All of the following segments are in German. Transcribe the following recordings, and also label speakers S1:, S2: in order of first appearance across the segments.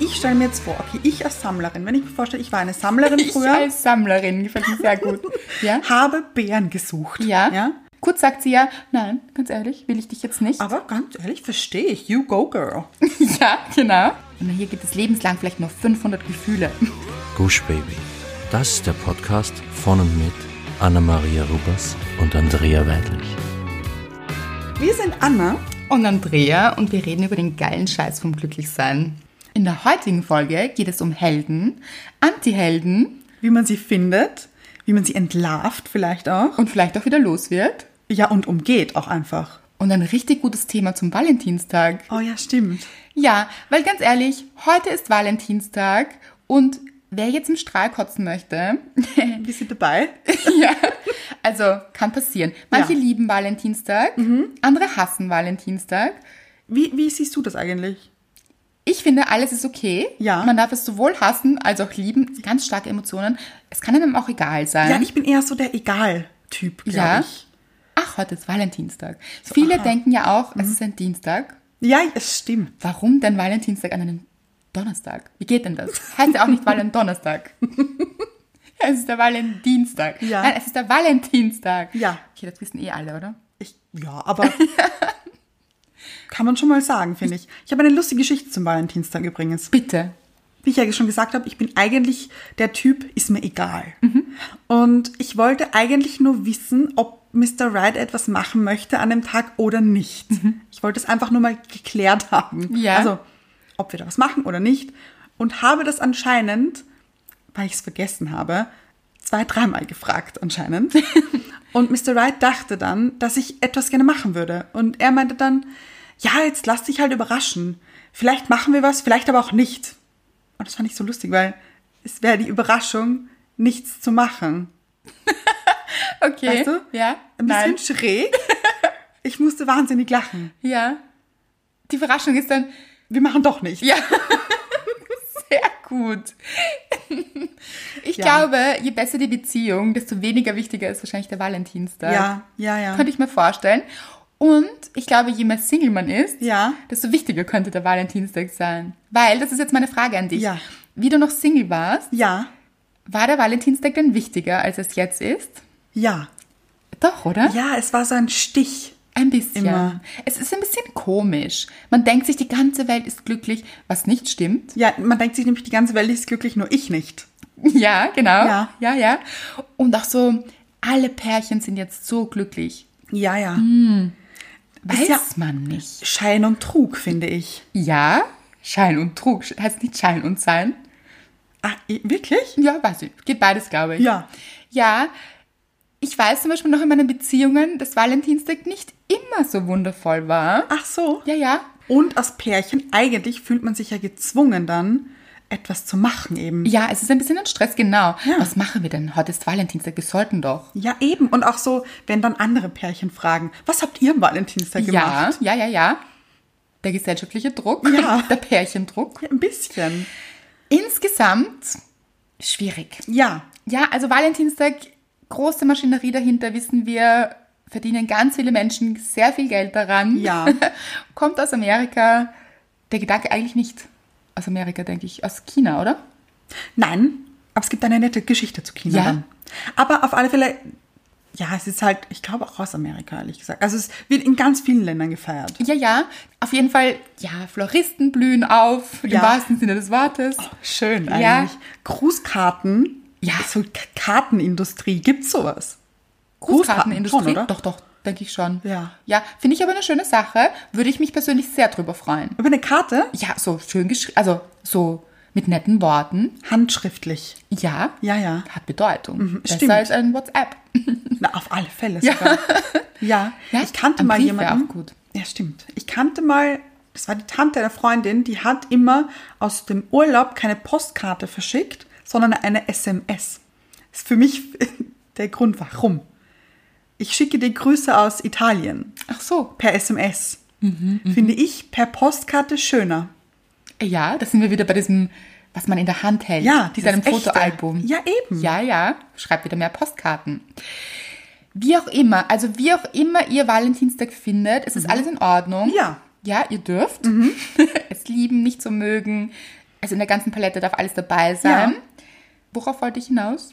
S1: ich stelle mir jetzt vor, okay, ich als Sammlerin, wenn ich mir vorstelle, ich war eine Sammlerin
S2: Ich
S1: früher,
S2: als Sammlerin gefällt mir sehr gut. Ja?
S1: habe Bären gesucht.
S2: ja? Kurz sagt sie ja, nein, ganz ehrlich, will ich dich jetzt nicht.
S1: Aber ganz ehrlich, verstehe ich. You go, girl.
S2: ja, genau. Und hier gibt es lebenslang vielleicht nur 500 Gefühle.
S3: Gush Baby. Das ist der Podcast von und mit Anna-Maria Rubers und Andrea Weidlich.
S1: Wir sind Anna.
S2: Und Andrea und wir reden über den geilen Scheiß vom Glücklichsein. In der heutigen Folge geht es um Helden, Antihelden
S1: Wie man sie findet, wie man sie entlarvt vielleicht auch.
S2: und vielleicht auch wieder los wird.
S1: Ja, und umgeht auch einfach.
S2: Und ein richtig gutes Thema zum Valentinstag.
S1: Oh ja, stimmt.
S2: Ja, weil ganz ehrlich, heute ist Valentinstag und wer jetzt im Strahl kotzen möchte,
S1: Wir sind dabei.
S2: ja, also kann passieren. Manche
S1: Ja. Mhm.
S2: lieben Valentinstag, andere hassen Valentinstag.
S1: Wie, wie siehst du das eigentlich?
S2: Ich finde, alles ist okay.
S1: Ja.
S2: Man darf es sowohl hassen als auch lieben. Ganz starke Emotionen. Es kann einem auch egal sein.
S1: Ja, ich bin eher so der Egal-Typ, glaube
S2: Ja.
S1: ich.
S2: Ach, heute ist Valentinstag. Viele denken ja auch,
S1: Mhm.
S2: es ist ein Dienstag.
S1: Ja, es stimmt.
S2: Warum denn Valentinstag an einem Donnerstag? Wie geht denn das? Heißt ja auch nicht Valentinstag. es ist der Valentinstag.
S1: Ja.
S2: Nein, es ist der Valentinstag.
S1: Ja.
S2: Okay, das wissen eh alle, oder?
S1: Ich, ja, aber kann man schon mal sagen, finde ich. Ich habe eine lustige Geschichte zum Valentinstag übrigens.
S2: Bitte.
S1: Wie ich ja schon gesagt habe, ich bin eigentlich der Typ, ist mir egal. Und ich wollte eigentlich nur wissen, ob Mr. Right etwas machen möchte an dem Tag oder nicht. Ich wollte es einfach nur mal geklärt haben.
S2: Ja.
S1: Also, ob wir da was machen oder nicht. Und habe das anscheinend, weil ich es vergessen habe, zwei, dreimal gefragt anscheinend. Und Mr. Wright dachte dann, dass ich etwas gerne machen würde. Und er meinte dann, ja, jetzt lass dich halt überraschen. Vielleicht machen wir was, vielleicht aber auch nicht. Und das fand ich so lustig, weil es wäre die Überraschung, nichts zu machen.
S2: Okay.
S1: Weißt du?
S2: Ja.
S1: Ein
S2: Nein.
S1: bisschen schräg. Ich musste wahnsinnig lachen.
S2: Ja. Die Überraschung ist dann
S1: Wir machen doch nicht.
S2: Ja. sehr gut. Ich
S1: Ja.
S2: glaube, je besser die Beziehung, desto weniger wichtiger ist wahrscheinlich der Valentinstag.
S1: ja, ja. ja.
S2: Könnte ich mir vorstellen. Und ich glaube, je mehr Single man ist,
S1: Ja.
S2: desto wichtiger könnte der Valentinstag sein. Weil, das ist jetzt meine Frage an dich.
S1: Ja.
S2: Wie du noch Single warst,
S1: Ja,
S2: war der Valentinstag denn wichtiger, als es jetzt ist?
S1: ja.
S2: Doch, oder?
S1: Ja, es war so ein Stich.
S2: Ein bisschen.
S1: Immer.
S2: Es ist ein bisschen komisch. Man denkt sich, die ganze Welt ist glücklich, was nicht stimmt.
S1: Ja, man denkt sich nämlich, die ganze Welt ist glücklich, nur ich nicht.
S2: Ja, genau.
S1: Ja.
S2: ja. ja. Und auch so, alle Pärchen sind jetzt so glücklich.
S1: Ja, ja.
S2: Mhm. Weiß
S1: ja-
S2: man nicht.
S1: Schein und Trug, finde ich.
S2: Ja, Schein und Trug. Heißt nicht Schein und Sein?
S1: Ach, eh, wirklich?
S2: Ja, weiß ich. Geht beides, glaube ich.
S1: Ja.
S2: Ja. Ich weiß zum Beispiel noch in meinen Beziehungen, dass Valentinstag nicht immer so wundervoll war.
S1: Ach so.
S2: Ja, ja.
S1: Und als Pärchen, eigentlich fühlt man sich ja gezwungen dann, etwas zu machen eben.
S2: Ja, es ist ein bisschen ein Stress, genau.
S1: Ja.
S2: Was machen wir denn? Heute ist Valentinstag, wir sollten doch.
S1: Ja, eben. Und auch so, wenn dann andere Pärchen fragen, was habt ihr am Valentinstag
S2: Ja,
S1: gemacht?
S2: ja, ja, ja. Der gesellschaftliche Druck,
S1: Ja.
S2: der Pärchendruck.
S1: Ja. Ein bisschen.
S2: Insgesamt schwierig.
S1: Ja.
S2: Ja, also Valentinstag, große Maschinerie dahinter, wissen wir, verdienen ganz viele Menschen sehr viel Geld daran.
S1: Ja.
S2: Kommt aus Amerika. Der Gedanke eigentlich nicht aus Amerika, denke ich, aus China, oder?
S1: Nein, aber es gibt eine nette Geschichte zu China
S2: Ja.
S1: dann. Aber auf alle Fälle, ja, es ist halt, ich glaube auch aus Amerika, ehrlich gesagt. Also es wird in ganz vielen Ländern gefeiert.
S2: Ja, ja. Auf jeden Fall, ja, Floristen blühen auf,
S1: Ja.
S2: im wahrsten Sinne des Wortes.
S1: Schön
S2: Ja.
S1: eigentlich. Grußkarten,
S2: Ja.
S1: so K- Kartenindustrie, gibt's sowas?
S2: Großkartenindustrie.
S1: schon, oder?
S2: Doch, doch, denke ich schon.
S1: Ja.
S2: Ja, finde ich aber eine schöne Sache. Würde ich mich persönlich sehr drüber freuen.
S1: Über eine Karte?
S2: Ja, so schön geschrieben, also so mit netten Worten.
S1: Handschriftlich.
S2: Ja.
S1: Ja, ja.
S2: Hat Bedeutung. Besser
S1: stimmt.
S2: als ein WhatsApp.
S1: Na, auf alle Fälle sogar. Ja.
S2: Ja,
S1: ich kannte
S2: ein
S1: mal
S2: Brief wär
S1: jemanden.
S2: auch gut.
S1: Ja, stimmt. Ich kannte mal, das war die Tante einer Freundin, die hat immer aus dem Urlaub keine Postkarte verschickt, sondern eine SMS. Ist für mich der Grund, warum. Ich schicke dir Grüße aus Italien
S2: Ach so.
S1: per SMS.
S2: Mhm,
S1: Finde ich per Postkarte schöner.
S2: Ja, da sind wir wieder bei diesem, was man in der Hand hält.
S1: Ja,
S2: Mit seinem
S1: dieses echte.
S2: Fotoalbum.
S1: Ja, eben.
S2: Ja, ja. Schreibt wieder mehr Postkarten. Wie auch immer, also wie auch immer ihr Valentinstag findet, es ist alles in Ordnung.
S1: Mhm. Ja. Mhm.
S2: Ja, ihr dürft. Es lieben, nicht so mögen. Also in der ganzen Palette darf alles dabei sein. Worauf wollte ich hinaus?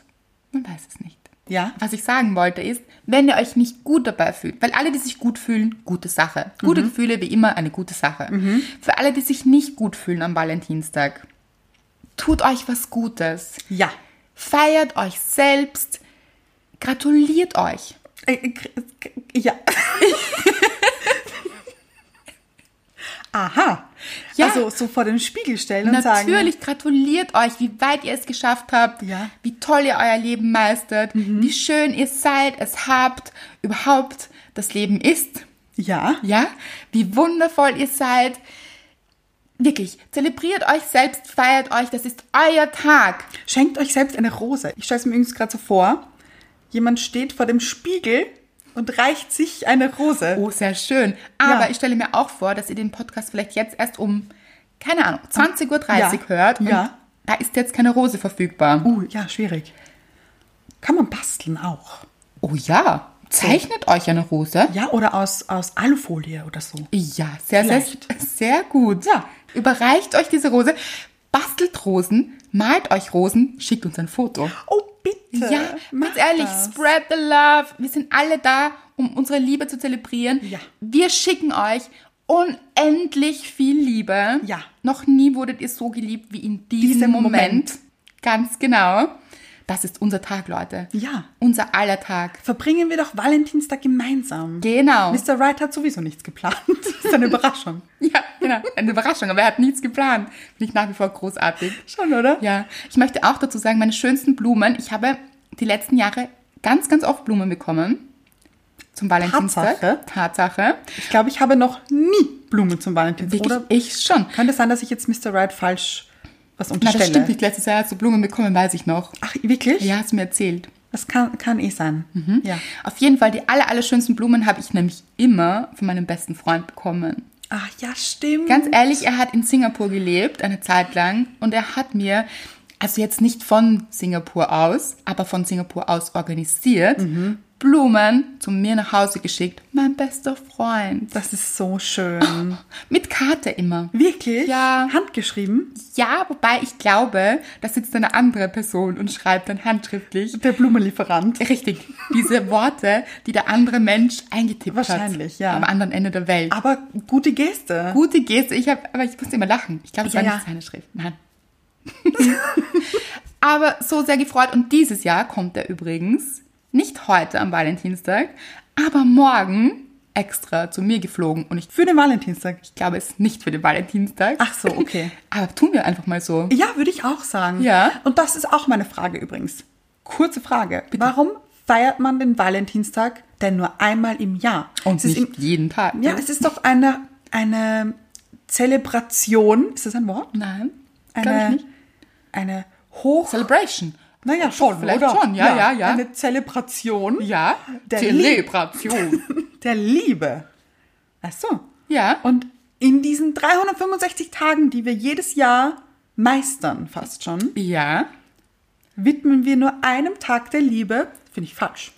S2: Man weiß es nicht.
S1: Ja.
S2: Was ich sagen wollte ist, wenn ihr euch nicht gut dabei fühlt, weil alle, die sich gut fühlen, gute Sache. Gute
S1: Mhm.
S2: Gefühle, wie immer, eine gute Sache. Für alle, die sich nicht gut fühlen am Valentinstag, tut euch was Gutes.
S1: Ja.
S2: Feiert euch selbst. Gratuliert euch.
S1: Äh, äh, k- k- Ja. Aha.
S2: Ja.
S1: Also so vor den Spiegel stellen und sagen. ne?
S2: Natürlich gratuliert euch, wie weit ihr es geschafft habt,
S1: Ja. Mhm.
S2: wie toll ihr euer Leben meistert, wie schön ihr seid, es habt, überhaupt das Leben ist.
S1: Ja.
S2: Ja, wie wundervoll ihr seid. Wirklich, zelebriert euch selbst, feiert euch, das ist euer Tag.
S1: Schenkt euch selbst eine Rose. Ich stelle es mir übrigens gerade so vor. Jemand steht vor dem Spiegel und reicht sich eine Rose.
S2: Oh, sehr schön. Aber
S1: Ja.
S2: ich stelle mir auch vor, dass ihr den Podcast vielleicht jetzt erst um, keine Ahnung, 20.30 Uhr
S1: Ja.
S2: hört. Und
S1: Ja.
S2: Da ist jetzt keine Rose verfügbar.
S1: Uh, ja, schwierig. Kann man basteln auch.
S2: Oh ja, zeichnet euch eine Rose.
S1: Ja, oder aus, aus Alufolie oder so.
S2: Ja, sehr, sehr,
S1: Vielleicht.
S2: sehr gut.
S1: Ja.
S2: Überreicht euch diese Rose, bastelt Rosen, malt euch Rosen, schickt uns ein Foto.
S1: Oh, bitte.
S2: Ja,
S1: mach
S2: ganz ehrlich,
S1: das.
S2: spread the love. Wir sind alle da, um unsere Liebe zu zelebrieren.
S1: Ja.
S2: Wir schicken euch unendlich viel Liebe.
S1: Ja.
S2: Noch nie wurdet ihr so geliebt wie in diesem
S1: Diesem
S2: Moment.
S1: Moment.
S2: Ganz genau. Das ist unser Tag, Leute.
S1: Ja.
S2: Unser aller Tag.
S1: Verbringen wir doch Valentinstag gemeinsam.
S2: Genau.
S1: Mr. Wright hat sowieso nichts geplant. Das ist eine Überraschung.
S2: Ja, genau. Eine Überraschung, aber er hat nichts geplant. Finde ich nach wie vor großartig.
S1: Schon, oder?
S2: Ja, ich möchte auch dazu sagen, meine schönsten Blumen, ich habe die letzten Jahre ganz, ganz oft Blumen bekommen. Zum Valentinstag.
S1: Tatsache.
S2: Tatsache.
S1: Ich glaube, ich habe noch nie Blumen zum Valentinstag.
S2: Wirklich,
S1: Oder
S2: ich schon.
S1: könnte es sein, dass ich jetzt Mr. Wright falsch was
S2: Na, das
S1: unterstelle?
S2: stimmt nicht. Letztes Jahr hast du Blumen bekommen, weiß ich noch.
S1: Ach, wirklich?
S2: Ja, Mhm. hast du mir erzählt.
S1: Das kann, kann eh sein. Ja.
S2: Auf jeden Fall, die aller, aller schönsten Blumen habe ich nämlich immer von meinem besten Freund bekommen.
S1: Ach ja, stimmt.
S2: Ganz ehrlich, er hat in Singapur gelebt, eine Zeit lang, und er hat mir, also jetzt nicht von Singapur aus, aber von Singapur aus organisiert, Blumen zu mir nach Hause geschickt. Mein bester Freund.
S1: das ist so schön.
S2: Mit Karte immer.
S1: Hm. Wirklich?
S2: Ja.
S1: Handgeschrieben?
S2: Ja, wobei ich glaube, da sitzt eine andere Person und schreibt dann handschriftlich.
S1: Der Blumenlieferant.
S2: Richtig, diese Worte, die der andere Mensch eingetippt hat.
S1: Wahrscheinlich, ja.
S2: Am anderen Ende der Welt.
S1: Aber gute Geste.
S2: gute Geste. Ich habe, aber ich musste immer lachen. Ich glaube, es
S1: Ja,
S2: war
S1: ja.
S2: nicht seine Schrift. Nein. aber so sehr gefreut. Und dieses Jahr kommt er übrigens nicht heute am Valentinstag, aber morgen extra zu mir geflogen. Und ich
S1: Für den Valentinstag.
S2: glaube, es ist nicht für den Valentinstag.
S1: Ach so, okay.
S2: aber tun wir einfach mal so.
S1: Ja, würde ich auch sagen.
S2: Ja.
S1: Und das ist auch meine Frage übrigens. Kurze Frage. Warum feiert man den Valentinstag denn nur einmal im Jahr?
S2: Und
S1: es
S2: nicht
S1: ist im,
S2: jeden Tag.
S1: ja, es ist doch eine, eine Zelebration. Ist das ein Wort?
S2: Nein, glaube
S1: Eine,
S2: ich nicht.
S1: eine Hoch...
S2: Celebration.
S1: naja, schon,
S2: Vielleicht
S1: oder?
S2: schon, ja, ja, ja.
S1: Eine Zelebration
S2: Ja,
S1: Der
S2: Celebration.
S1: der Liebe. Ach so.
S2: ja, und
S1: Und in diesen 365 Tagen, die wir jedes Jahr meistern, fast schon,
S2: ja.
S1: widmen wir nur einem Tag der Liebe, finde ich falsch.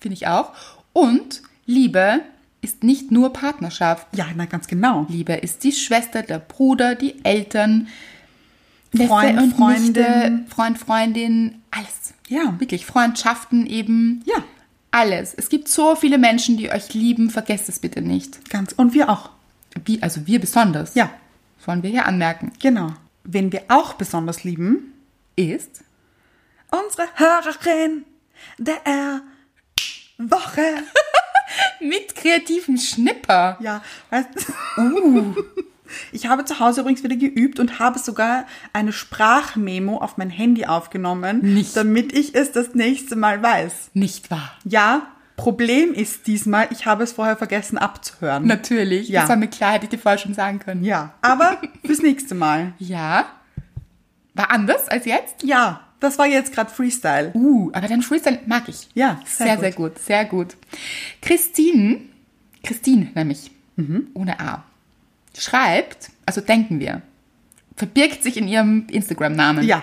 S2: Finde ich auch. Und Liebe ist nicht nur Partnerschaft.
S1: Ja, na ganz genau.
S2: Liebe ist die Schwester, der Bruder, die Eltern, Neffe
S1: Freund,
S2: und
S1: Freundin.
S2: Nichte, Freund, Freundin, alles.
S1: Ja.
S2: Wirklich, Freundschaften eben.
S1: Ja.
S2: Alles. Es gibt so viele Menschen, die euch lieben. Vergesst es bitte nicht.
S1: Ganz. Und wir auch.
S2: Wie, also wir besonders.
S1: Ja.
S2: Sollen wir hier anmerken.
S1: Genau. Wen wir auch besonders lieben,
S2: Ist
S1: unsere Hörerin der Woche.
S2: mit kreativem Schnipper.
S1: Ja, weißt uh. Ich habe zu Hause übrigens wieder geübt und habe sogar eine Sprachmemo auf mein Handy aufgenommen,
S2: Nicht.
S1: damit ich es das nächste Mal weiß.
S2: Nicht wahr?
S1: Ja, Problem ist diesmal, ich habe es vorher vergessen abzuhören.
S2: Natürlich.
S1: Ja.
S2: Das war mir klar, hätte ich dir vorher schon sagen können.
S1: Ja, aber fürs nächste Mal.
S2: Ja. War anders als jetzt?
S1: Ja, das war jetzt gerade Freestyle.
S2: Uh, aber dein Freestyle mag ich.
S1: Ja, sehr
S2: sehr, sehr,
S1: gut.
S2: gut, sehr gut. Christine, Christine nämlich, ohne A, schreibt, also denken wir, verbirgt sich in ihrem Instagram-Namen.
S1: Ja,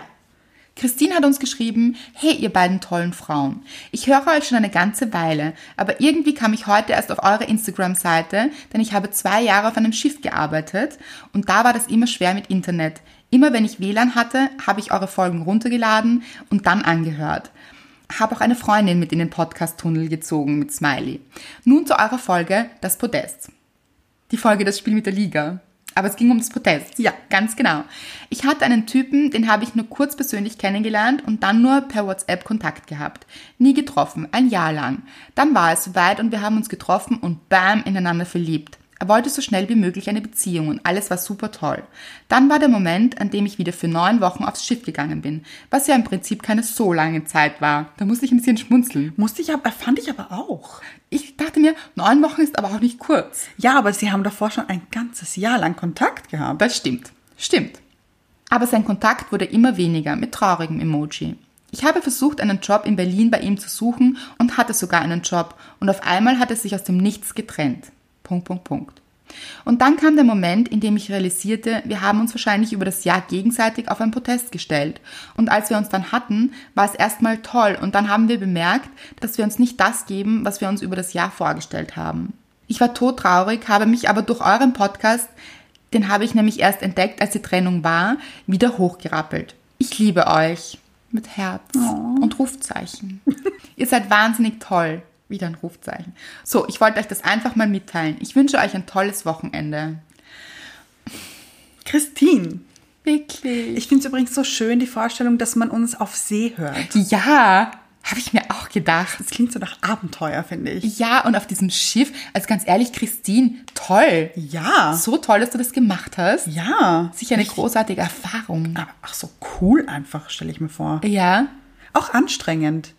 S2: Christine hat uns geschrieben, hey ihr beiden tollen Frauen, ich höre euch schon eine ganze Weile, aber irgendwie kam ich heute erst auf eure Instagram-Seite, denn ich habe zwei Jahre auf einem Schiff gearbeitet und da war das immer schwer mit Internet. Immer wenn ich WLAN hatte, habe ich eure Folgen runtergeladen und dann angehört. Habe auch eine Freundin mit in den Podcast-Tunnel gezogen mit Smiley. Nun zu eurer Folge Das Podest. Die Folge Das Spiel mit der Liga. Aber es ging um das Protest.
S1: Ja.
S2: Ganz genau. Ich hatte einen Typen, den habe ich nur kurz persönlich kennengelernt und dann nur per WhatsApp Kontakt gehabt. Nie getroffen, ein Jahr lang. Dann war es soweit und wir haben uns getroffen und bam, ineinander verliebt. Er wollte so schnell wie möglich eine Beziehung und alles war super toll. Dann war der Moment, an dem ich wieder für neun Wochen aufs Schiff gegangen bin, was ja im Prinzip keine so lange Zeit war. Da musste ich ein bisschen schmunzeln.
S1: Musste ich aber, fand ich aber auch.
S2: Ich dachte mir, neun Wochen ist aber auch nicht kurz.
S1: Ja, aber sie haben davor schon ein ganzes Jahr lang Kontakt gehabt.
S2: Das stimmt. Stimmt. Aber sein Kontakt wurde immer weniger mit traurigem Emoji. Ich habe versucht, einen Job in Berlin bei ihm zu suchen und hatte sogar einen Job und auf einmal hat er sich aus dem Nichts getrennt. Punkt, Punkt, Punkt. Und dann kam der Moment, in dem ich realisierte, wir haben uns wahrscheinlich über das Jahr gegenseitig auf einen Protest gestellt. Und als wir uns dann hatten, war es erstmal toll und dann haben wir bemerkt, dass wir uns nicht das geben, was wir uns über das Jahr vorgestellt haben. Ich war todtraurig, habe mich aber durch euren Podcast, den habe ich nämlich erst entdeckt, als die Trennung war, wieder hochgerappelt. Ich liebe euch. Mit Herz
S1: Oh.
S2: und Rufzeichen. Ihr seid wahnsinnig toll. Wieder ein Rufzeichen. So, ich wollte euch das einfach mal mitteilen. Ich wünsche euch ein tolles Wochenende.
S1: Christine,
S2: Wirklich?
S1: ich finde es übrigens so schön, die Vorstellung, dass man uns auf See hört.
S2: Ja, habe ich mir auch gedacht.
S1: Das klingt so nach Abenteuer, finde ich.
S2: Ja, und auf diesem Schiff, also ganz ehrlich, Christine, toll.
S1: Ja.
S2: So toll, dass du das gemacht hast.
S1: Ja. Ah.
S2: Sicher eine großartige Erfahrung.
S1: Aber ach, so cool einfach, stelle ich mir vor.
S2: Ja,
S1: Auch anstrengend.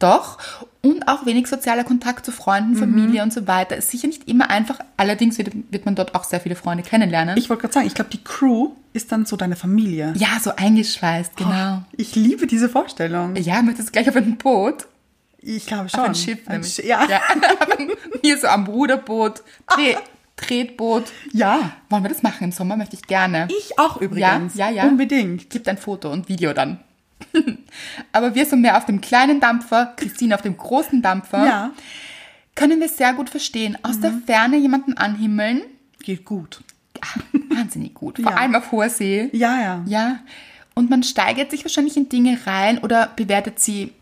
S2: doch. Und auch wenig sozialer Kontakt zu
S1: Mhm.
S2: Freunden, Familie und so weiter. Ist sicher nicht immer einfach. Allerdings wird, wird man dort auch sehr viele Freunde kennenlernen.
S1: Ich wollte gerade sagen, ich glaube, die Crew ist dann so deine Familie.
S2: ja, so eingeschweißt,
S1: Oh.
S2: genau.
S1: Ich liebe diese Vorstellung.
S2: Ja, möchtest du gleich auf ein Boot?
S1: Ich glaube schon.
S2: Auf ein Schiff nämlich.
S1: Sch- ja.
S2: ja.
S1: Ja.
S2: Hier so am Ruderboot, Tre Tretboot. Wollen wir das machen im Sommer? Möchte ich gerne.
S1: Ich auch übrigens.
S2: Ja, ja, ja.
S1: Unbedingt.
S2: Gibt ein Foto und Video dann. Aber wir sind mehr auf dem kleinen Dampfer, Christine auf dem großen Dampfer.
S1: Ja. Mhm.
S2: Können wir sehr gut verstehen. Aus der Ferne jemanden anhimmeln.
S1: Geht gut.
S2: Wahnsinnig gut. Vor
S1: Ja.
S2: allem auf hoher See.
S1: Ja, ja.
S2: Ja. Und man steigert sich wahrscheinlich in Dinge rein oder bewertet sie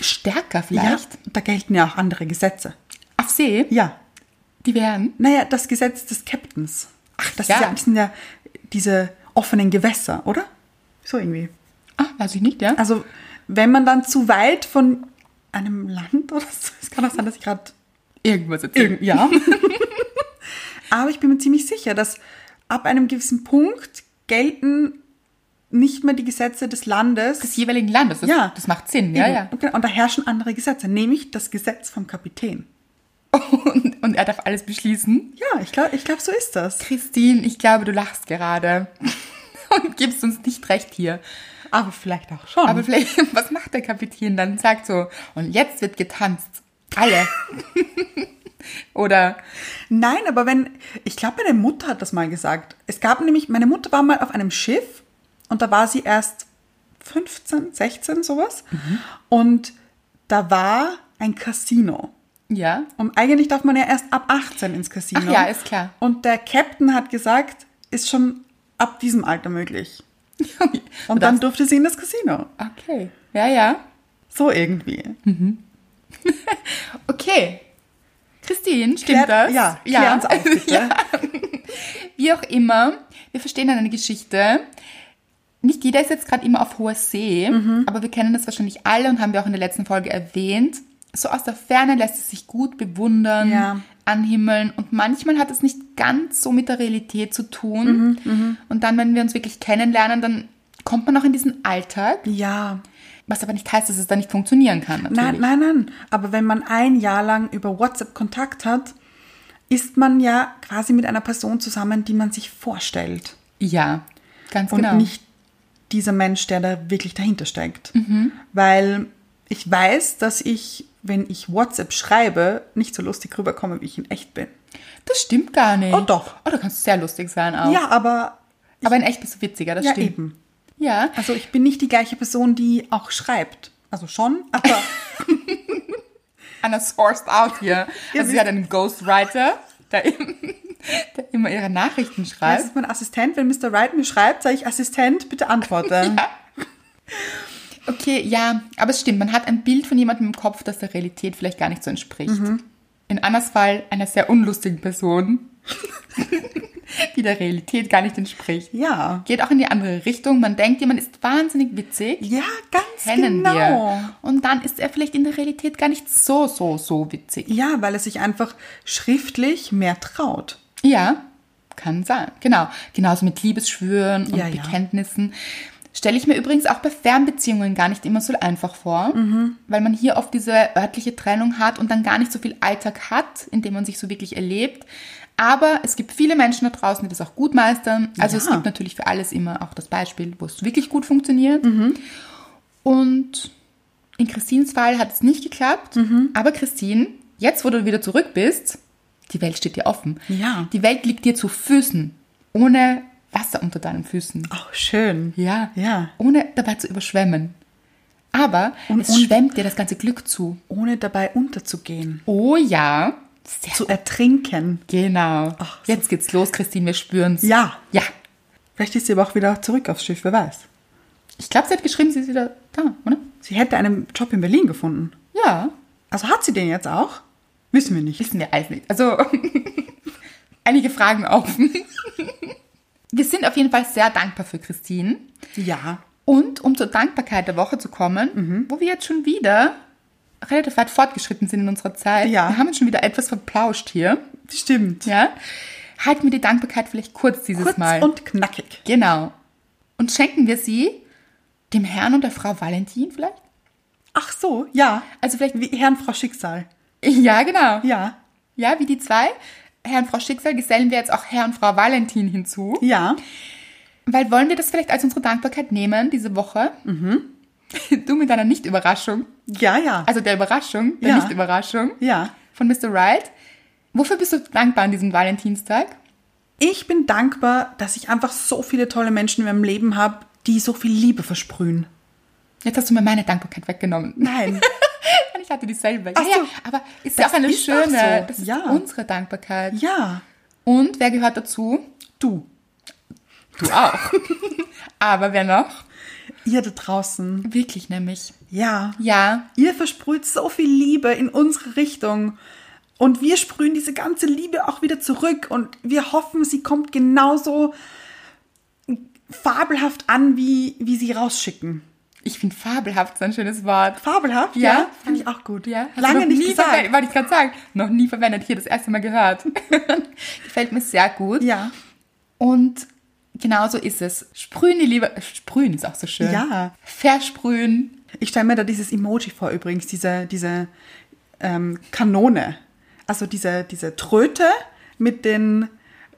S2: stärker vielleicht.
S1: Ja, da gelten ja auch andere Gesetze.
S2: Auf See,
S1: Ja.
S2: die wären.
S1: Naja, das Gesetz des Captains. Ach, das
S2: ja.
S1: Ist ja, das sind ja diese offenen Gewässer, oder? So irgendwie.
S2: Ah, weiß ich nicht, ja.
S1: Also, wenn man dann zu weit von einem Land oder so, es kann auch sein, dass ich gerade
S2: Irgendwas erzählen.
S1: ja. Aber ich bin mir ziemlich sicher, dass ab einem gewissen Punkt gelten nicht mehr die Gesetze des Landes.
S2: des jeweiligen Landes. Das,
S1: Ja.
S2: das macht Sinn, ja, ja.
S1: Genau, Und da herrschen andere Gesetze, nämlich das Gesetz vom Kapitän.
S2: Und, und er darf alles beschließen.
S1: Ja, ich glaube, ich glaub, so ist das.
S2: Christine, ich glaube, du lachst gerade und gibst uns nicht recht hier.
S1: Aber vielleicht auch schon.
S2: Aber vielleicht, was macht der Kapitän dann? Sagt so, und jetzt wird getanzt. Alle. Oder,
S1: Nein, aber wenn, ich glaube, meine Mutter hat das mal gesagt. Es gab nämlich, meine Mutter war mal auf einem Schiff und da war sie erst 15, 16, sowas.
S2: Mhm.
S1: Und da war ein Casino.
S2: ja,
S1: Und eigentlich darf man ja erst ab 18 ins Casino.
S2: Ach ja, ist klar.
S1: Und der Captain hat gesagt, ist schon ab diesem Alter möglich. Und dann durfte sie in das Casino.
S2: okay. Ja, ja.
S1: So irgendwie.
S2: Okay. Christine, stimmt
S1: Klär-
S2: das?
S1: Ja, klär uns auf, bitte.
S2: Wie auch immer, wir verstehen dann eine Geschichte. Nicht jeder ist jetzt gerade immer auf hoher See,
S1: Mhm.
S2: aber wir kennen das wahrscheinlich alle und haben wir auch in der letzten Folge erwähnt. So aus der Ferne lässt es sich gut bewundern,
S1: Ja.
S2: anhimmeln und manchmal hat es nicht ganz so mit der Realität zu
S1: Mhm,
S2: tun. Und dann, wenn wir uns wirklich kennenlernen, dann kommt man auch in diesen Alltag,
S1: Ja.
S2: was aber nicht heißt, dass es da nicht funktionieren kann.
S1: Nein,
S2: Natürlich.
S1: nein, nein. Aber wenn man ein Jahr lang über WhatsApp Kontakt hat, ist man ja quasi mit einer Person zusammen, die man sich vorstellt.
S2: Ja, ganz
S1: und
S2: genau.
S1: nicht dieser Mensch, der da wirklich dahinter steckt.
S2: Mhm.
S1: Weil ich weiß, dass ich, wenn ich WhatsApp schreibe, nicht so lustig rüberkomme, wie ich in echt bin.
S2: das stimmt gar nicht.
S1: Oh, doch.
S2: Oh, da kannst du sehr lustig sein auch.
S1: Ja, aber
S2: Aber in echt bist du witziger, das
S1: ja
S2: stimmt.
S1: eben.
S2: Ja.
S1: Also ich bin nicht die gleiche Person, die auch schreibt. Also schon, aber
S2: Anna sourced out hier.
S1: Ihr
S2: Also sie
S1: wisst-
S2: hat einen Ghostwriter, der, der immer ihre Nachrichten schreibt.
S1: Das ist mein Assistent. Wenn Mr. Wright mir schreibt, sage ich, Assistent, bitte antworte.
S2: Okay, ja, aber es stimmt. Man hat ein Bild von jemandem im Kopf, das der Realität vielleicht gar nicht so entspricht. In Annas Fall einer sehr unlustigen Person, die der Realität gar nicht entspricht.
S1: Ja.
S2: Geht auch in die andere Richtung. Man denkt, jemand ist wahnsinnig witzig.
S1: Ja, ganz
S2: Kennen
S1: genau.
S2: wir. Und dann ist er vielleicht in der Realität gar nicht so, so, so witzig.
S1: Ja, weil er sich einfach schriftlich mehr traut.
S2: Ja, kann sein. Genau. Genauso mit Liebesschwüren und
S1: Ja, ja.
S2: Bekenntnissen. Stelle ich mir übrigens auch bei Fernbeziehungen gar nicht immer so einfach vor,
S1: Mhm.
S2: weil man hier oft diese örtliche Trennung hat und dann gar nicht so viel Alltag hat, in dem man sich so wirklich erlebt. Aber es gibt viele Menschen da draußen, die das auch gut meistern. Also es
S1: Ja.
S2: gibt natürlich für alles immer auch das Beispiel, wo es wirklich gut funktioniert. Und in Christines Fall hat es nicht geklappt.
S1: Mhm.
S2: Aber Christine, jetzt wo du wieder zurück bist, die Welt steht dir offen.
S1: Ja.
S2: Die Welt liegt dir zu Füßen. Ohne Wasser unter deinen Füßen.
S1: Oh, schön.
S2: Ja.
S1: Ja.
S2: Ohne dabei zu überschwemmen. Aber
S1: Und-
S2: es
S1: und-
S2: schwemmt dir das ganze Glück zu.
S1: Ohne dabei unterzugehen.
S2: Oh ja. Sehr
S1: Zu ertrinken.
S2: genau.
S1: Ach, so-
S2: Jetzt geht's los, Christine, wir spüren's.
S1: Ja.
S2: Ja.
S1: Vielleicht ist sie aber auch wieder zurück aufs Schiff, wer weiß.
S2: Ich glaube, sie hat geschrieben, sie ist wieder da, oder?
S1: Sie hätte einen Job in Berlin gefunden.
S2: Ja.
S1: Also hat sie den jetzt auch? Wissen wir nicht.
S2: Wissen wir alles nicht. Also, einige Fragen offen. wir sind auf jeden Fall sehr dankbar für Christine.
S1: Ja.
S2: Und um zur Dankbarkeit der Woche zu kommen,
S1: Mhm.
S2: wo wir jetzt schon wieder relativ weit fortgeschritten sind in unserer Zeit.
S1: Ja.
S2: Wir haben uns schon wieder etwas verplauscht hier.
S1: Stimmt.
S2: Ja. Halten wir die Dankbarkeit vielleicht kurz dieses
S1: Kurz
S2: Mal.
S1: und knackig.
S2: genau. Und schenken wir sie dem Herrn und der Frau Valentin vielleicht?
S1: Ach so, ja.
S2: Also vielleicht,
S1: Wie Herrn Frau Schicksal.
S2: ja genau.
S1: Ja.
S2: Ja, wie die zwei. Herr und Frau Schicksal gesellen wir jetzt auch Herr und Frau Valentin hinzu.
S1: Ja.
S2: Weil wollen wir das vielleicht als unsere Dankbarkeit nehmen diese Woche?
S1: Mhm.
S2: Du mit deiner Nicht-Überraschung,
S1: Ja, ja.
S2: also der Überraschung, der
S1: Ja.
S2: Nicht-Überraschung
S1: Ja.
S2: von Mr. Wright. Wofür bist du dankbar an diesem Valentinstag?
S1: Ich bin dankbar, dass ich einfach so viele tolle Menschen in meinem Leben habe, die so viel Liebe versprühen.
S2: Jetzt hast du mir meine Dankbarkeit weggenommen.
S1: Nein.
S2: Ich hatte dieselbe.
S1: Ach
S2: ja, ja,
S1: so.
S2: aber ist ja auch eine
S1: ist auch
S2: schöne.
S1: so.
S2: Das ist
S1: Ja.
S2: unsere Dankbarkeit.
S1: ja.
S2: Und wer gehört dazu?
S1: Du.
S2: Du auch. aber wer noch?
S1: Ihr da draußen.
S2: Wirklich nämlich.
S1: Ja.
S2: Ja,
S1: Ihr versprüht so viel Liebe in unsere Richtung. Und wir sprühen diese ganze Liebe auch wieder zurück. Und wir hoffen, sie kommt genauso fabelhaft an, wie, wie sie rausschicken.
S2: ich finde fabelhaft so ein schönes Wort.
S1: Fabelhaft?
S2: Ja.
S1: Finde ich auch gut.
S2: Ja, hast du
S1: Lange
S2: noch
S1: nicht
S2: nie
S1: gesagt.
S2: verwendet- Wollte ich gerade sagen, noch nie verwendet, hier das erste Mal gehört. Gefällt mir sehr gut.
S1: Ja.
S2: Und genau so ist es. Sprühen die Liebe, sprühen ist auch so schön.
S1: Ja.
S2: Versprühen.
S1: Ich stelle mir da dieses Emoji vor übrigens, diese, diese ähm, Kanone. Also diese, diese Tröte mit den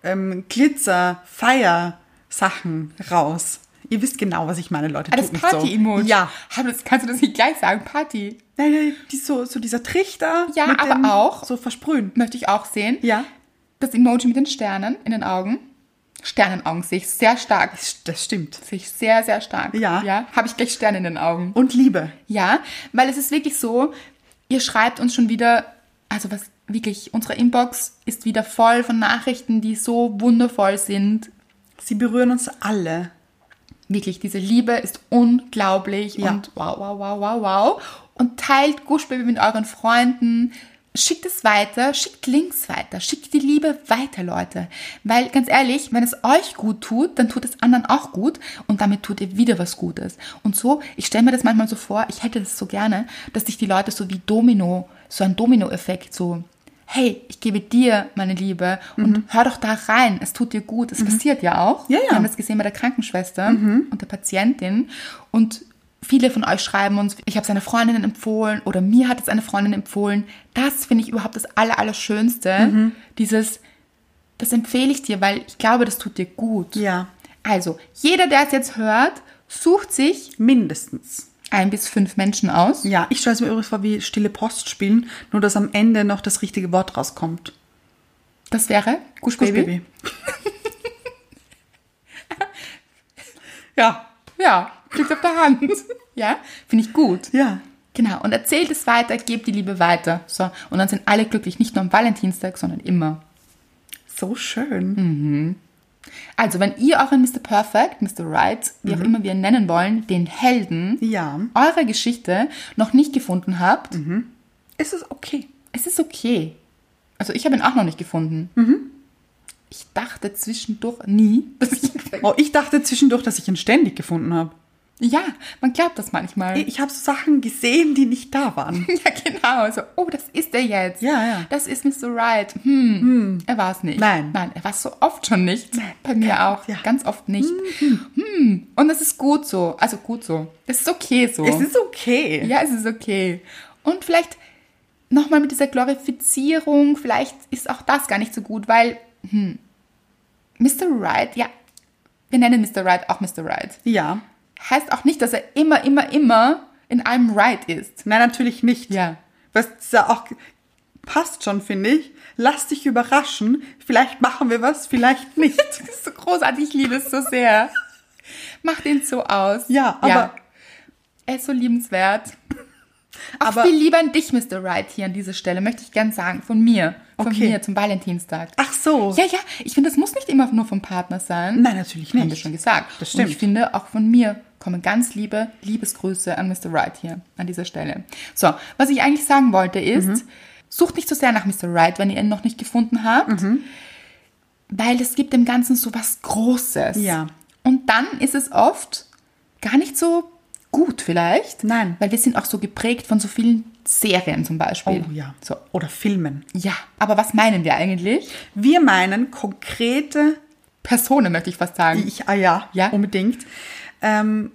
S1: ähm, Glitzer, Feier Sachen raus. Ihr wisst genau, was ich meine, Leute.
S2: Ah, das
S1: Tut nicht so.
S2: Party-Emoji.
S1: Ja.
S2: Aber das, kannst du das nicht gleich sagen? Party.
S1: Nein, nein, die, so, so dieser Trichter.
S2: Ja,
S1: mit
S2: aber
S1: dem,
S2: auch-
S1: So versprühen.
S2: Möchte ich auch sehen.
S1: Ja.
S2: Das Emoji mit den Sternen in den Augen. Sternenaugen sehe ich sehr stark.
S1: Das, das stimmt.
S2: Sehe ich sehr, sehr stark.
S1: Ja.
S2: Ja. Habe ich gleich Sterne in den Augen.
S1: Und Liebe.
S2: Ja, weil es ist wirklich so, ihr schreibt uns schon wieder, also was wirklich, unsere Inbox ist wieder voll von Nachrichten, die so wundervoll sind.
S1: Sie berühren uns alle.
S2: Wirklich, diese Liebe ist unglaublich
S1: Ja.
S2: und wow, wow, wow, wow, wow. Und teilt Gushbaby mit euren Freunden. Schickt es weiter, schickt Links weiter, schickt die Liebe weiter, Leute. Weil ganz ehrlich, wenn es euch gut tut, dann tut es anderen auch gut und damit tut ihr wieder was Gutes. Und so, ich stelle mir das manchmal so vor, ich hätte das so gerne, dass sich die Leute so wie Domino, so ein Domino-Effekt, so, hey, ich gebe dir meine Liebe und hör doch da rein, es tut dir gut, es passiert ja auch.
S1: Mhm. Ja, ja.
S2: Wir haben das das gesehen bei der Krankenschwester
S1: Mhm.
S2: und der Patientin und viele von euch schreiben uns, ich habe es einer Freundin empfohlen oder mir hat es eine Freundin empfohlen. Das finde ich überhaupt das Aller, Allerschönste.
S1: Mhm.
S2: Dieses, das empfehle ich dir, weil ich glaube, das tut dir gut.
S1: Ja.
S2: Also, jeder, der es jetzt hört, sucht sich
S1: Mindestens.
S2: ein bis fünf Menschen aus.
S1: Ja, ich stelle es mir übrigens vor, wie stille Post spielen, nur dass am Ende noch das richtige Wort rauskommt.
S2: Das wäre Gush
S1: Kuss,
S2: Baby.
S1: Baby. ja,
S2: Ja, liegt auf der Hand. ja, finde ich gut.
S1: ja.
S2: Genau, und erzählt es weiter, gebt die Liebe weiter. So, und dann sind alle glücklich, nicht nur am Valentinstag, sondern immer.
S1: So schön.
S2: Also, wenn ihr auch in Mr. Perfect, Mr. Right, wie
S1: Mhm.
S2: auch immer wir ihn nennen wollen, den Helden
S1: Ja.
S2: eurer Geschichte noch nicht gefunden habt,
S1: Mhm. Ist es okay?
S2: es ist okay. Also, ich habe ihn auch noch nicht gefunden.
S1: Mhm.
S2: Ich dachte zwischendurch nie, dass ich ihn ver-
S1: Oh, ich dachte zwischendurch, dass ich ihn ständig gefunden habe.
S2: Ja, man glaubt das manchmal.
S1: Ich habe so Sachen gesehen, die nicht da waren.
S2: ja, genau. So, oh, das ist er jetzt.
S1: Ja, ja.
S2: Das ist Mr. Right. Hm. Er war es nicht.
S1: Nein.
S2: Nein, er war es so oft schon nicht. Bei mir auch.
S1: Ja. Mhm.
S2: Ganz oft nicht. Hm. Und das ist gut so. Also gut so. Das ist okay so.
S1: Es ist okay.
S2: Ja, es ist okay. Und vielleicht nochmal mit dieser Glorifizierung, vielleicht ist auch das gar nicht so gut, weil hm, Mr. Right, ja, wir nennen Mr. Right auch Mr. Right.
S1: Ja.
S2: Heißt auch nicht, dass er immer, immer, immer in allem right ist.
S1: Nein, natürlich nicht.
S2: Ja.
S1: Was ist ja auch passt schon, finde ich. Lass dich überraschen. Vielleicht machen wir was, vielleicht nicht.
S2: Das ist so großartig, ich liebe es so sehr. Macht ihn so aus.
S1: Ja, aber-
S2: Er ist so liebenswert. Auch
S1: Aber-
S2: viel lieber an dich, Mr. Right, hier an dieser Stelle, möchte ich gern sagen. Von mir. Von
S1: Okay.
S2: mir zum Valentinstag.
S1: Ach so.
S2: Ja, ja, ich finde, das muss nicht immer nur vom Partner sein.
S1: Nein, natürlich
S2: Haben wir
S1: nicht.
S2: schon gesagt.
S1: Das
S2: Und ich
S1: stimmt.
S2: finde, auch von mir kommen ganz liebe Liebesgrüße an Mr. Right hier an dieser Stelle. So, was ich eigentlich sagen wollte ist,
S1: Mhm.
S2: sucht nicht so sehr nach Mr. Right, wenn ihr ihn noch nicht gefunden habt,
S1: Mhm.
S2: weil es gibt dem Ganzen so was Großes.
S1: Ja.
S2: Und dann ist es oft gar nicht so gut vielleicht.
S1: Nein.
S2: Weil wir sind auch so geprägt von so vielen Serien zum Beispiel.
S1: Oh ja.
S2: So,
S1: Oder filmen.
S2: ja. Aber was meinen wir eigentlich?
S1: Wir meinen konkrete
S2: Personen möchte ich fast sagen.
S1: Ich, ah ja,
S2: Ja.
S1: unbedingt. Ähm,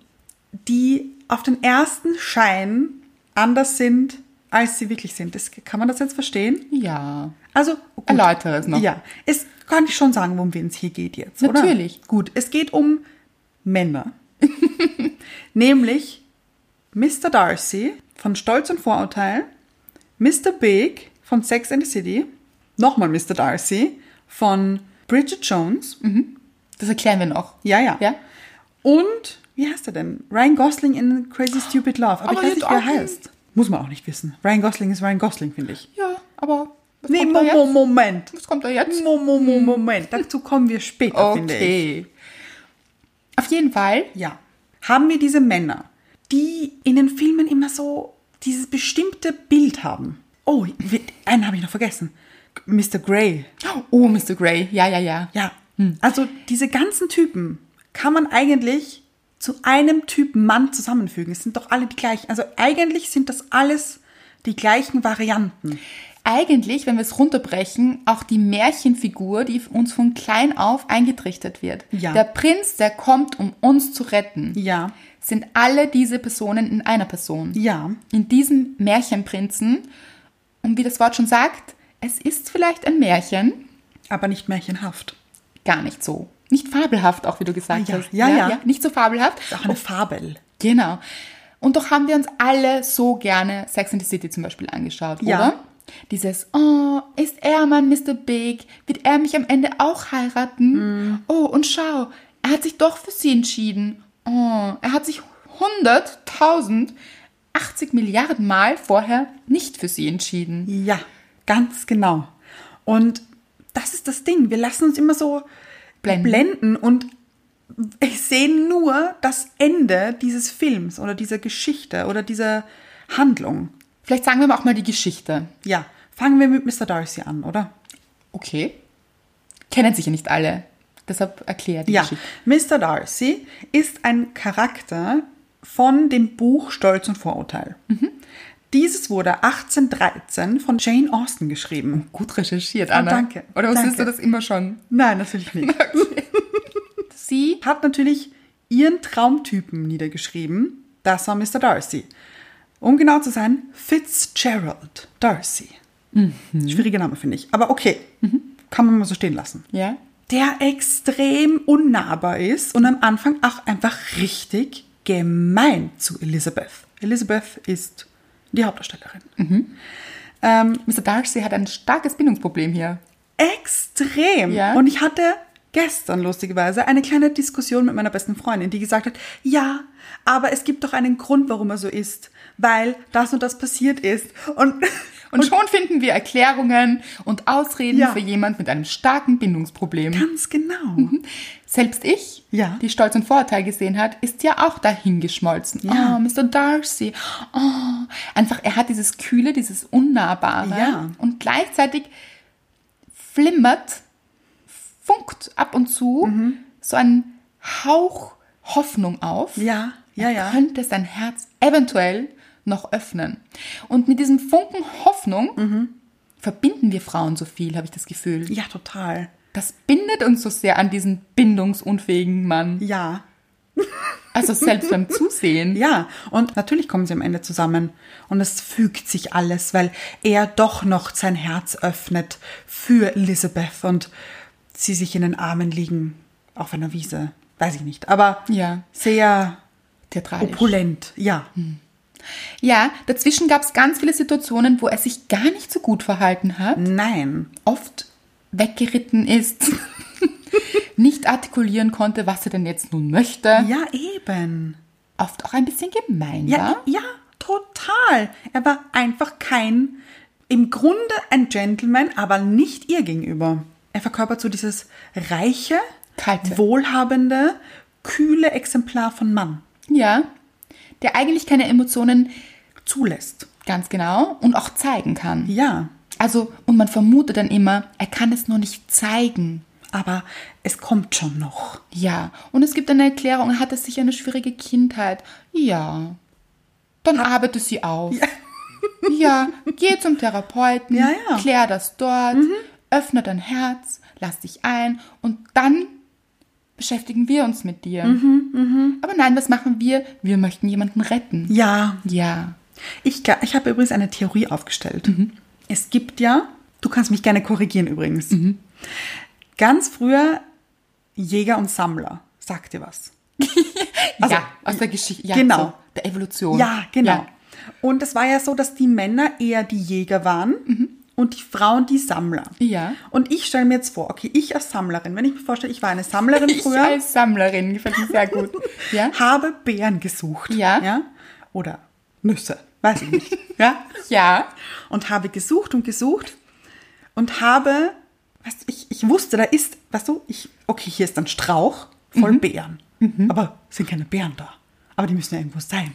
S1: die auf den ersten Schein anders sind, als sie wirklich sind. Das, kann man das jetzt verstehen?
S2: Ja.
S1: Also, gut.
S2: Erläutere es noch.
S1: Ja, es kann ich schon sagen, worum es hier geht jetzt, oder?
S2: Natürlich.
S1: Gut, es geht um Männer. Nämlich Mr. Darcy von Stolz und Vorurteil, Mr. Big von Sex and the City, nochmal Mr. Darcy von Bridget Jones
S2: Das erklären wir noch.
S1: Ja, ja.
S2: Mhm. Ja?
S1: Und, wie heißt er denn? Ryan Gosling in Crazy Stupid Love. Aber,
S2: Aber
S1: ich weiß
S2: jetzt
S1: nicht, wie er
S2: auch
S1: heißt. Muss man auch nicht wissen. Ryan Gosling ist Ryan Gosling, finde ich.
S2: Ja, aber. Was
S1: Nee,
S2: kommt da
S1: Mo Mo
S2: jetzt?
S1: Moment.
S2: Was kommt da jetzt? Hm.
S1: Mo Mo Mo Moment. Dazu kommen wir später, finde ich.
S2: Okay. Auf jeden Fall.
S1: Ja. Haben wir diese Männer, die in den Filmen immer so dieses bestimmte Bild haben. Oh, wir- einen habe ich noch vergessen. Mr. Grey.
S2: Oh, Mr. Grey. Ja, ja, ja.
S1: Ja. Also diese ganzen Typen kann man eigentlich zu einem Typen Mann zusammenfügen. Es sind doch alle die gleichen. Also eigentlich sind das alles die gleichen Varianten.
S2: Eigentlich, wenn wir es runterbrechen, auch die Märchenfigur, die uns von klein auf eingetrichtert wird.
S1: Ja.
S2: Der Prinz, der kommt, um uns zu retten.
S1: Ja.
S2: Sind alle diese Personen in einer Person.
S1: Ja.
S2: In diesem Märchenprinzen. Und wie das Wort schon sagt, es ist vielleicht ein Märchen,
S1: Aber nicht märchenhaft.
S2: gar nicht so. Nicht fabelhaft, auch wie du gesagt
S1: Ah, ja.
S2: hast.
S1: Ja, ja.
S2: Nicht so fabelhaft.
S1: Auch eine Fabel.
S2: Genau. Und doch haben wir uns alle so gerne Sex in the City zum Beispiel angeschaut,
S1: Ja.
S2: oder? Dieses, oh, ist er mein Mr. Big? Wird er mich am Ende auch heiraten?
S1: Mhm.
S2: Oh, und schau, er hat sich doch für sie entschieden. Oh, er hat sich 100.000, 80 Milliarden Mal vorher nicht für sie entschieden.
S1: Ja, ganz genau. Und das ist das Ding. Wir lassen uns immer so
S2: Blenden.
S1: blenden und sehen nur das Ende dieses Films oder dieser Geschichte oder dieser Handlung.
S2: Vielleicht sagen wir mal auch mal die Geschichte.
S1: Ja, fangen wir mit Mr. Darcy an, oder?
S2: Okay. Kennen sich ja nicht alle. Deshalb erklär die
S1: Ja,
S2: Geschichte.
S1: Mr. Darcy ist ein Charakter von dem Buch Stolz und Vorurteil. Dieses wurde 1813 von Jane Austen geschrieben.
S2: Gut recherchiert, Anna.
S1: Ah, danke.
S2: Oder wusstest
S1: Danke.
S2: du das immer schon?
S1: Nein, natürlich nicht.
S2: Sie
S1: Hat natürlich ihren Traumtypen niedergeschrieben. Das war Mr. Darcy. Um genau zu sein, Fitzgerald Darcy. Schwieriger Name, finde ich. Aber okay, kann man mal so stehen lassen.
S2: Ja.
S1: der extrem unnahbar ist und am Anfang auch einfach richtig gemein zu Elizabeth. Elizabeth ist die Hauptdarstellerin. Ähm,
S2: Mr. Darcy hat ein starkes Bindungsproblem hier.
S1: extrem.
S2: Ja.
S1: Und ich hatte gestern lustigerweise eine kleine Diskussion mit meiner besten Freundin, die gesagt hat, ja, aber es gibt doch einen Grund, warum er so ist, weil das und das passiert ist. Und
S2: Und, schon finden wir Erklärungen und Ausreden
S1: Ja.
S2: für jemand mit einem starken Bindungsproblem.
S1: Ganz genau.
S2: Mhm. Selbst ich,
S1: Ja.
S2: die Stolz und Vorurteil gesehen hat, ist ja auch dahingeschmolzen.
S1: Ja.
S2: Oh, Mr. Darcy. Oh. Einfach, er hat dieses Kühle, dieses Unnahbare.
S1: Ja.
S2: Und gleichzeitig flimmert, funkt ab und zu
S1: Mhm.
S2: so ein Hauch Hoffnung auf.
S1: Ja, ja,
S2: Er
S1: ja.
S2: Könnte sein Herz eventuell noch öffnen. Und mit diesem Funken Hoffnung
S1: Mhm.
S2: verbinden wir Frauen so viel, habe ich das Gefühl.
S1: Ja, total.
S2: Das bindet uns so sehr an diesen bindungsunfähigen Mann.
S1: Ja.
S2: Also selbst beim Zusehen.
S1: Ja, und natürlich kommen sie am Ende zusammen und es fügt sich alles, weil er doch noch sein Herz öffnet für Elizabeth und sie sich in den Armen liegen auf einer Wiese. Weiß ich nicht, aber
S2: Ja.
S1: sehr
S2: Theatralisch.
S1: opulent, ja.
S2: Ja, dazwischen gab es ganz viele Situationen, wo er sich gar nicht so gut verhalten hat,
S1: Nein,
S2: oft weggeritten ist, nicht artikulieren konnte, was er denn jetzt nun möchte,
S1: ja eben.
S2: oft auch ein bisschen gemein
S1: Ja,
S2: war.
S1: ja, total. Er war einfach kein, im Grunde ein Gentleman, aber nicht ihr gegenüber. Er verkörpert so dieses reiche,
S2: Kalte.
S1: wohlhabende, kühle Exemplar von Mann.
S2: Ja, der eigentlich keine Emotionen
S1: Zulässt.
S2: ganz genau und auch zeigen kann.
S1: Ja,
S2: Also, und man vermutet dann immer, er kann es nur nicht zeigen.
S1: aber es kommt schon noch.
S2: Ja, und es gibt eine Erklärung, er hatte sicher eine schwierige Kindheit. Ja. Dann arbeite sie auf. Ja. geh zum Therapeuten,
S1: Ja, ja. Mhm.
S2: klär das dort, öffne dein Herz, lass dich ein und dann beschäftigen wir uns mit dir.
S1: Mhm,
S2: Aber nein, was machen wir? Wir möchten jemanden retten.
S1: Ja,
S2: Ja.
S1: ich, gla- ich habe übrigens eine Theorie aufgestellt.
S2: Mhm.
S1: Es gibt ja, du kannst mich gerne korrigieren übrigens.
S2: Mhm.
S1: Ganz früher Jäger und Sammler. Sagt dir was? Also,
S2: ja, aus der Geschichte, ja,
S1: genau.
S2: so, der Evolution.
S1: Ja, genau.
S2: Ja.
S1: Und es war ja so, dass die Männer eher die Jäger waren und die Frauen die Sammler.
S2: Mhm. Ja.
S1: Und ich stelle mir jetzt vor, okay, ich als Sammlerin, wenn ich mir vorstelle, ich war eine Sammlerin
S2: Ich
S1: früher,
S2: als Sammlerin gefällt mir sehr gut. Ja?
S1: habe Beeren gesucht.
S2: Ja.
S1: ja. Oder Nüsse, weiß ich nicht. ja.
S2: Ja.
S1: Und habe gesucht und gesucht und habe, weißt du, ich, ich wusste, da ist, weißt du, ich, okay, hier ist ein Strauch voll
S2: Mhm.
S1: Beeren. Aber es sind keine Beeren da. Aber die müssen ja irgendwo sein.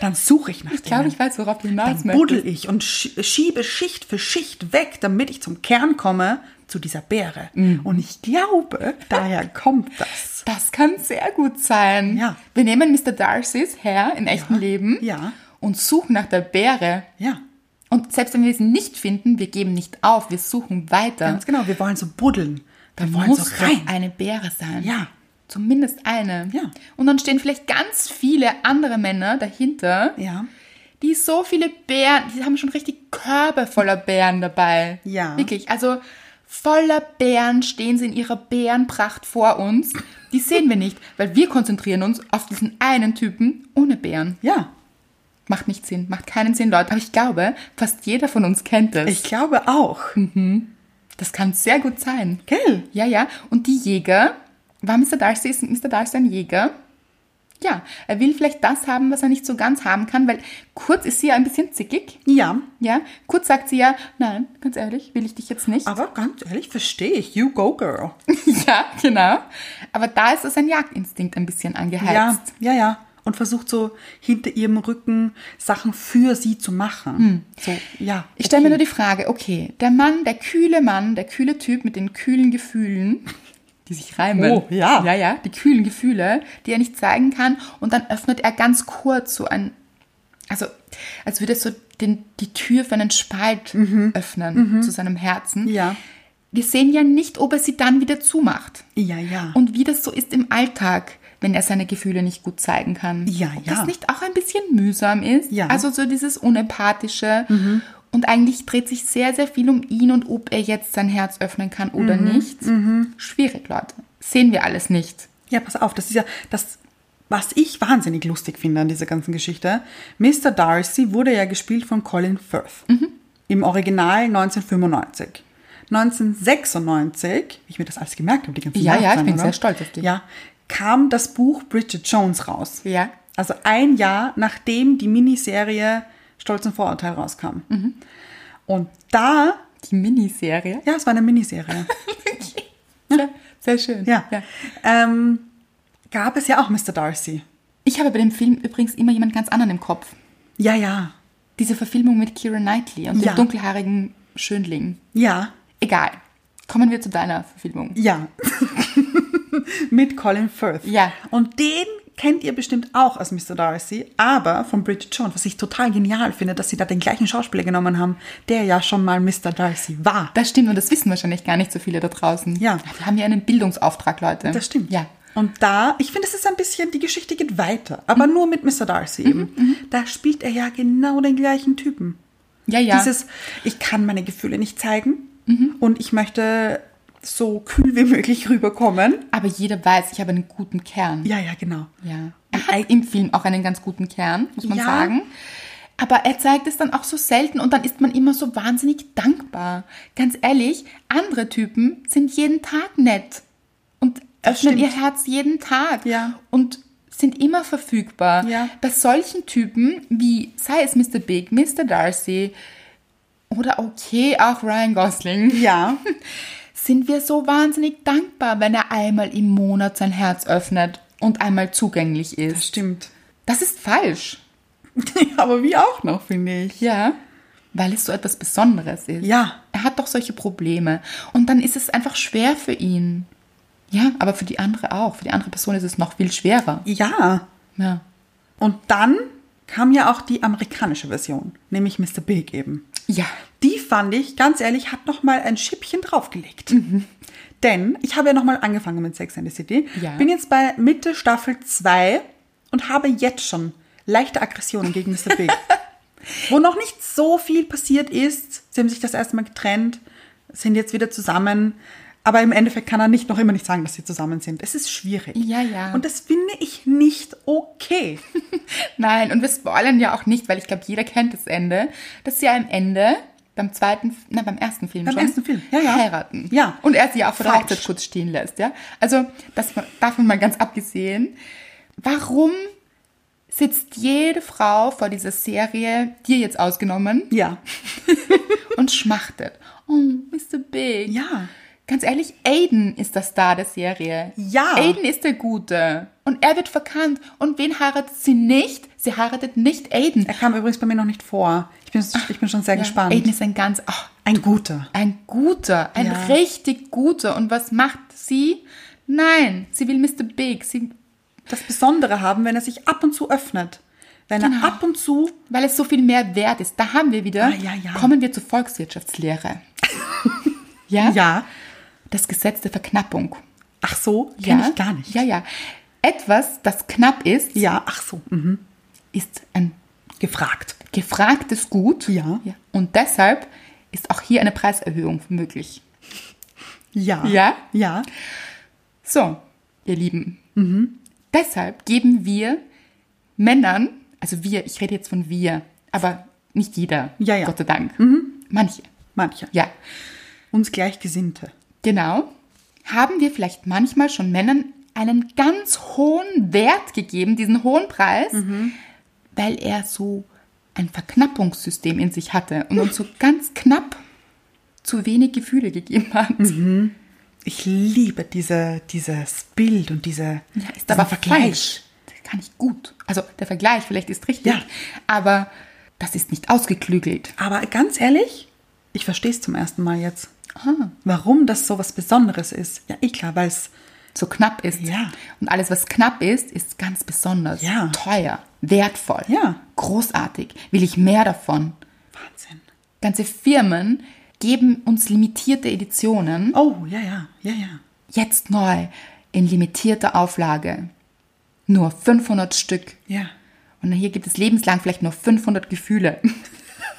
S1: Dann suche ich nach
S2: Ich glaube,
S1: denen.
S2: ich weiß, worauf du hinaus
S1: Dann buddel ich und schie- schiebe Schicht für Schicht weg, damit ich zum Kern komme, zu dieser Beere.
S2: Mhm.
S1: Und ich glaube, daher kommt das.
S2: Das kann sehr gut sein.
S1: Ja.
S2: Wir nehmen Mr. Darcy's Herr im echten Leben
S1: Ja.
S2: und suchen nach der Bäre.
S1: Ja,
S2: Und selbst wenn wir sie nicht finden, wir geben nicht auf, wir suchen weiter.
S1: ganz genau. Wir wollen so buddeln. Wir
S2: Dann
S1: wollen
S2: muss
S1: so rein.
S2: doch eine Bäre sein.
S1: Ja.
S2: Zumindest eine.
S1: Ja.
S2: Und dann stehen vielleicht ganz viele andere Männer dahinter,
S1: Ja.
S2: die so viele Bären, die haben schon richtig Körbe voller Bären dabei.
S1: Ja.
S2: Wirklich, also voller Bären stehen sie in ihrer Bärenpracht vor uns. Die sehen wir nicht, weil wir konzentrieren uns auf diesen einen Typen ohne Bären.
S1: Ja,
S2: Macht nicht Sinn, macht keinen Sinn, Leute. Aber ich glaube, fast jeder von uns kennt das.
S1: ich glaube auch.
S2: Hm. Das kann sehr gut sein.
S1: Gell?
S2: Ja, ja. Und die Jäger, war Mr. Darcy, ist Mr. Darcy ein Jäger? Ja, er will vielleicht das haben, was er nicht so ganz haben kann, weil kurz ist sie ja ein bisschen zickig.
S1: Ja,
S2: Ja, kurz sagt sie ja, nein, ganz ehrlich, will ich dich jetzt nicht.
S1: aber ganz ehrlich, verstehe ich. You go, girl.
S2: Ja, genau. Aber da ist es ein Jagdinstinkt ein bisschen
S1: Ja,
S2: angeheizt.
S1: ja, ja. Und versucht so hinter ihrem Rücken Sachen für sie zu machen. So, ja.
S2: Hm, Ich stelle mir
S1: okay.
S2: nur die Frage, okay, der Mann, der kühle Mann, der kühle Typ mit den kühlen Gefühlen, die sich reimen.
S1: Oh, ja.
S2: Ja, ja, die kühlen Gefühle, die er nicht zeigen kann. Und dann öffnet er ganz kurz so ein, also als würde er so den, die Tür für einen Spalt öffnen zu seinem Herzen.
S1: Mhm. Ja.
S2: Wir sehen ja nicht, ob er sie dann wieder zumacht.
S1: Ja, ja.
S2: Und wie das so ist im Alltag, wenn er seine Gefühle nicht gut zeigen kann.
S1: Ja,
S2: Ob
S1: ja.
S2: das nicht auch ein bisschen mühsam ist.
S1: Ja. Mhm.
S2: Also so dieses Unempathische. Und eigentlich dreht sich sehr, sehr viel um ihn und ob er jetzt sein Herz öffnen kann oder
S1: Mhm.
S2: nicht. Schwierig, Leute. Sehen wir alles nicht.
S1: Ja, pass auf, das ist ja das, was ich wahnsinnig lustig finde an dieser ganzen Geschichte. Mr. Darcy wurde ja gespielt von Colin Firth.
S2: Mhm.
S1: Im Original 1995. 1996, wie ich mir das alles gemerkt habe, die ganzen
S2: Ja, ja, ich
S1: Jahreszahlen,
S2: bin
S1: oder?
S2: sehr stolz auf dich.
S1: Ja, kam das Buch Bridget Jones raus.
S2: Ja.
S1: Also ein Jahr nachdem die Miniserie Stolz und Vorurteil rauskam.
S2: Mhm.
S1: Und da,
S2: Die Miniserie.
S1: ja, es war eine Miniserie.
S2: Sehr, sehr schön.
S1: ja. Ähm, gab es ja auch Mr. Darcy.
S2: Ich habe bei dem Film übrigens immer jemand ganz anderen im Kopf.
S1: Ja, ja.
S2: Diese Verfilmung mit Keira Knightley und
S1: Ja.
S2: dem dunkelhaarigen Schönling.
S1: Ja,
S2: Egal. Kommen wir zu deiner Verfilmung.
S1: ja. Mit Colin Firth.
S2: Ja.
S1: Und den kennt ihr bestimmt auch als Mr. Darcy, aber von Bridget Jones, was ich total genial finde, dass sie da den gleichen Schauspieler genommen haben, der ja schon mal Mr. Darcy war.
S2: Das stimmt und das wissen wahrscheinlich gar nicht so viele da draußen.
S1: Ja.
S2: Wir haben ja einen Bildungsauftrag, Leute.
S1: Das stimmt.
S2: Ja.
S1: Und da, ich finde, es ist ein bisschen, die Geschichte geht weiter, aber nur mit Mr.
S2: Mhm,
S1: Darcy eben. Da spielt er ja genau den gleichen Typen.
S2: Ja, ja. Mhm.
S1: Dieses, ich kann meine Gefühle nicht zeigen und ich möchte so kühl wie möglich rüberkommen.
S2: Aber jeder weiß, ich habe einen guten Kern.
S1: Ja, ja, genau.
S2: Ja. Er hat im Film auch einen ganz guten Kern, muss man
S1: Ja.
S2: sagen. Aber er zeigt es dann auch so selten und dann ist man immer so wahnsinnig dankbar. Ganz ehrlich, andere Typen sind jeden Tag nett und
S1: Das
S2: öffnen ihr
S1: stimmt.
S2: Herz jeden Tag
S1: Ja.
S2: und sind immer verfügbar.
S1: Ja.
S2: Bei solchen Typen wie, sei es Mr. Big, Mr. Darcy oder okay, auch Ryan Gosling
S1: Ja,
S2: sind wir so wahnsinnig dankbar, wenn er einmal im Monat sein Herz öffnet und einmal zugänglich
S1: das
S2: ist.
S1: stimmt.
S2: Das ist falsch.
S1: aber wie auch noch, finde ich.
S2: Ja. Weil es so etwas Besonderes ist.
S1: Ja.
S2: Er hat doch solche Probleme. Und dann ist es einfach schwer für ihn. Ja, aber für die andere auch. Für die andere Person ist es noch viel schwerer.
S1: Ja.
S2: Ja.
S1: Und dann kam ja auch die amerikanische Version, nämlich Mr. Big eben.
S2: Ja.
S1: Die fand ich, ganz ehrlich, hat nochmal ein Schippchen draufgelegt. Denn ich habe ja nochmal angefangen mit Sex and the City.
S2: Ja.
S1: Bin jetzt bei Mitte Staffel 2 und habe jetzt schon leichte Aggressionen gegen Mr. Big. Wo noch nicht so viel passiert ist. Sie haben sich das erste Mal getrennt, sind jetzt wieder zusammen. Aber im Endeffekt kann er nicht noch immer nicht sagen, dass sie zusammen sind. Es ist schwierig.
S2: Ja, ja.
S1: Und das finde ich nicht okay.
S2: Nein, und wir spoilern ja auch nicht, weil ich glaube, jeder kennt das Ende, dass sie ja am Ende beim zweiten, nein, beim ersten Film
S1: Beim
S2: schon,
S1: ersten Film, ja, ja.
S2: heiraten.
S1: Ja.
S2: Und er sie ja auch vor der
S1: Falsch.
S2: Hochzeit kurz stehen lässt, ja. Also, das ma- davon mal ganz abgesehen. Warum sitzt jede Frau vor dieser Serie, dir jetzt ausgenommen,
S1: Ja.
S2: und schmachtet? Oh, Mr. Big.
S1: Ja.
S2: Ganz ehrlich, Aiden ist der Star der Serie.
S1: Ja.
S2: Aiden ist der Gute. Und er wird verkannt. Und wen heiratet sie nicht? Sie heiratet nicht Aiden.
S1: Er kam übrigens bei mir noch nicht vor. Ich bin, ich bin schon sehr gespannt.
S2: Aiden ist ein ganz, ach,
S1: Ein guter.
S2: ein guter, ein
S1: Ja.
S2: richtig guter. Und was macht sie? Nein, sie will Mr. Big, sie,
S1: das Besondere haben, wenn er sich ab und zu öffnet. Wenn
S2: Genau.
S1: er ab und zu,
S2: weil es so viel mehr wert ist. Da haben wir wieder,
S1: Ah, ja, ja.
S2: kommen wir zur Volkswirtschaftslehre. ja?
S1: ja,
S2: Das Gesetz der Verknappung.
S1: ach so, kenne
S2: ja?
S1: ich gar nicht.
S2: Ja, ja. Etwas, das knapp ist,
S1: Ja, ach so, mhm.
S2: ist ein
S1: gefragt.
S2: gefragtes Gut.
S1: Ja.
S2: Und deshalb ist auch hier eine Preiserhöhung möglich.
S1: Ja.
S2: Ja?
S1: Ja.
S2: So, ihr Lieben.
S1: Mhm.
S2: Deshalb geben wir Männern, also wir, ich rede jetzt von wir, aber nicht jeder,
S1: Ja, ja. Mhm.
S2: Gott sei Dank. Manche,
S1: Manche.
S2: ja.
S1: Uns Gleichgesinnte.
S2: Genau. Haben wir vielleicht manchmal schon Männern einen ganz hohen Wert gegeben, diesen hohen Preis,
S1: Mhm.
S2: weil er so ein Verknappungssystem in sich hatte und uns so ganz knapp zu wenig Gefühle gegeben hat.
S1: Mhm. Ich liebe diese, dieses Bild und diese.
S2: Ja, ist
S1: diesen
S2: aber Vergleich. Gar nicht gut. Also der Vergleich vielleicht ist richtig,
S1: Ja.
S2: aber das ist nicht ausgeklügelt.
S1: Aber ganz ehrlich, ich verstehe es zum ersten Mal jetzt.
S2: Ah.
S1: Warum das so was Besonderes ist. Ja, eh klar, weil es.
S2: So knapp ist.
S1: Ja.
S2: Und alles, was knapp ist, ist ganz besonders.
S1: Ja.
S2: Teuer, wertvoll,
S1: Ja.
S2: großartig. Will ich mehr davon?
S1: Wahnsinn.
S2: Ganze Firmen geben uns limitierte Editionen,
S1: Oh, ja, ja, ja, ja.
S2: jetzt neu, in limitierter Auflage. Nur 500 Stück.
S1: Ja.
S2: Und hier gibt es lebenslang vielleicht nur 500 Gefühle.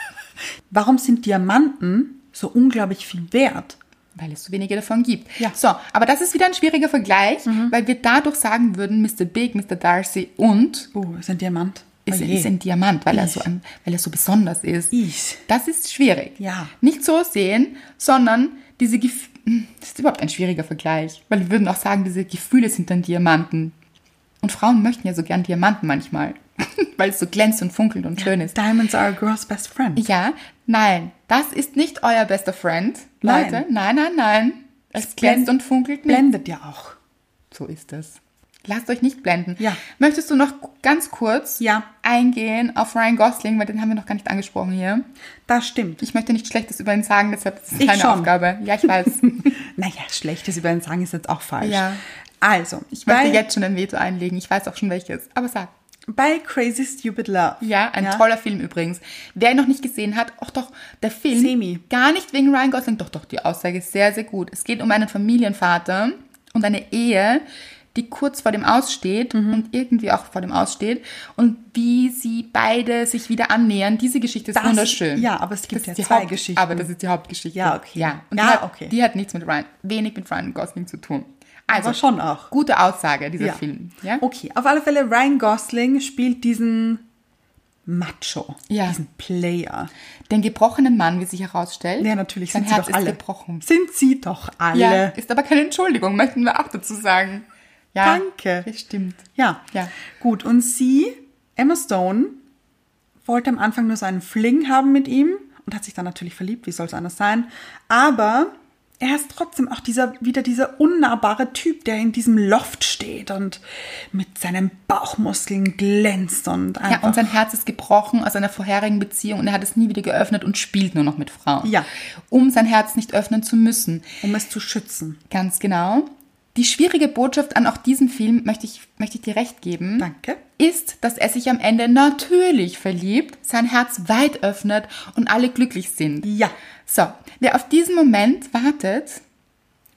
S1: Warum sind Diamanten so unglaublich viel wert?
S2: Weil es so wenige davon gibt.
S1: Ja.
S2: So, aber das ist wieder ein schwieriger Vergleich, weil wir dadurch sagen würden, Mr. Big, Mr. Darcy und
S1: Oh, ist ein Diamant.
S2: ist,
S1: Oje.
S2: ist ein Diamant, weil er, so ein, weil er so besonders ist.
S1: Ich.
S2: Das ist schwierig.
S1: Ja.
S2: Nicht so sehen, sondern diese Gefühle. Das ist überhaupt ein schwieriger Vergleich, weil wir würden auch sagen, diese Gefühle sind dann Diamanten. Und Frauen möchten ja so gern Diamanten manchmal. weil es so glänzt und funkelt und schön ist.
S1: Diamonds are a girl's best friend.
S2: Ja, nein, das ist nicht euer bester Friend,
S1: Nein.
S2: Leute. Nein, nein, nein. Es, glänzt und funkelt nicht.
S1: Blendet ja auch.
S2: So ist es. Lasst euch nicht blenden.
S1: Ja.
S2: Möchtest du noch ganz kurz
S1: Ja.
S2: eingehen auf Ryan Gosling, weil den haben wir noch gar nicht angesprochen hier.
S1: Das stimmt.
S2: Ich möchte nichts Schlechtes über ihn sagen, deshalb ist es
S1: Ich
S2: deine
S1: schon.
S2: Aufgabe. Ja, ich weiß. ich
S1: Naja, schlechtes über ihn sagen ist jetzt auch falsch.
S2: Ja.
S1: Also, ich
S2: möchte
S1: bei,
S2: jetzt schon ein Veto einlegen. Ich weiß auch schon welches. Aber sag.
S1: bei Crazy Stupid Love.
S2: Ja, ein toller Film übrigens. Wer ihn noch nicht gesehen hat, auch doch, der Film,
S1: Semi.
S2: gar nicht wegen Ryan Gosling, doch, doch, die Aussage ist sehr, sehr gut. Es geht um einen Familienvater und eine Ehe, die kurz vor dem Aussteht
S1: Mhm.
S2: und irgendwie auch vor dem Aussteht und wie sie beide sich wieder annähern. Diese Geschichte ist
S1: Das-
S2: wunderschön.
S1: ja, aber es gibt
S2: Das
S1: ja
S2: ist die
S1: zwei
S2: Haupt-
S1: Geschichten.
S2: Aber das ist die Hauptgeschichte.
S1: Ja, okay.
S2: Ja, und
S1: Ja,
S2: die, hat,
S1: okay.
S2: die hat nichts mit Ryan, wenig mit Ryan Gosling zu tun. Also
S1: Aber schon auch.
S2: Gute Aussage, dieser
S1: Ja.
S2: Film. Ja?
S1: Okay, auf alle Fälle, Ryan Gosling spielt diesen Macho,
S2: Ja.
S1: diesen Player.
S2: Den gebrochenen Mann, wie sich herausstellt.
S1: Ja, natürlich
S2: Sein
S1: sind
S2: Herz
S1: sie doch alle.
S2: ist gebrochen.
S1: Sind sie doch alle.
S2: Ja, ist aber keine Entschuldigung, möchten wir auch dazu sagen. Ja,
S1: Danke.
S2: Das stimmt.
S1: Ja.
S2: Ja.
S1: Gut, und sie, Emma Stone, wollte am Anfang nur so einen Fling haben mit ihm und hat sich dann natürlich verliebt, wie soll es anders sein. Aber er ist trotzdem auch dieser, wieder dieser unnahbare Typ, der in diesem Loft steht und mit seinen Bauchmuskeln glänzt und einfach.
S2: Ja, und sein Herz ist gebrochen aus einer vorherigen Beziehung und er hat es nie wieder geöffnet und spielt nur noch mit Frauen.
S1: Ja.
S2: Um sein Herz nicht öffnen zu müssen.
S1: um es zu schützen.
S2: Ganz genau. Die schwierige Botschaft an auch diesem Film möchte ich, möchte ich dir recht geben.
S1: Danke.
S2: Ist, dass er sich am Ende natürlich verliebt, sein Herz weit öffnet und alle glücklich sind.
S1: Ja.
S2: So, wer auf diesen Moment wartet,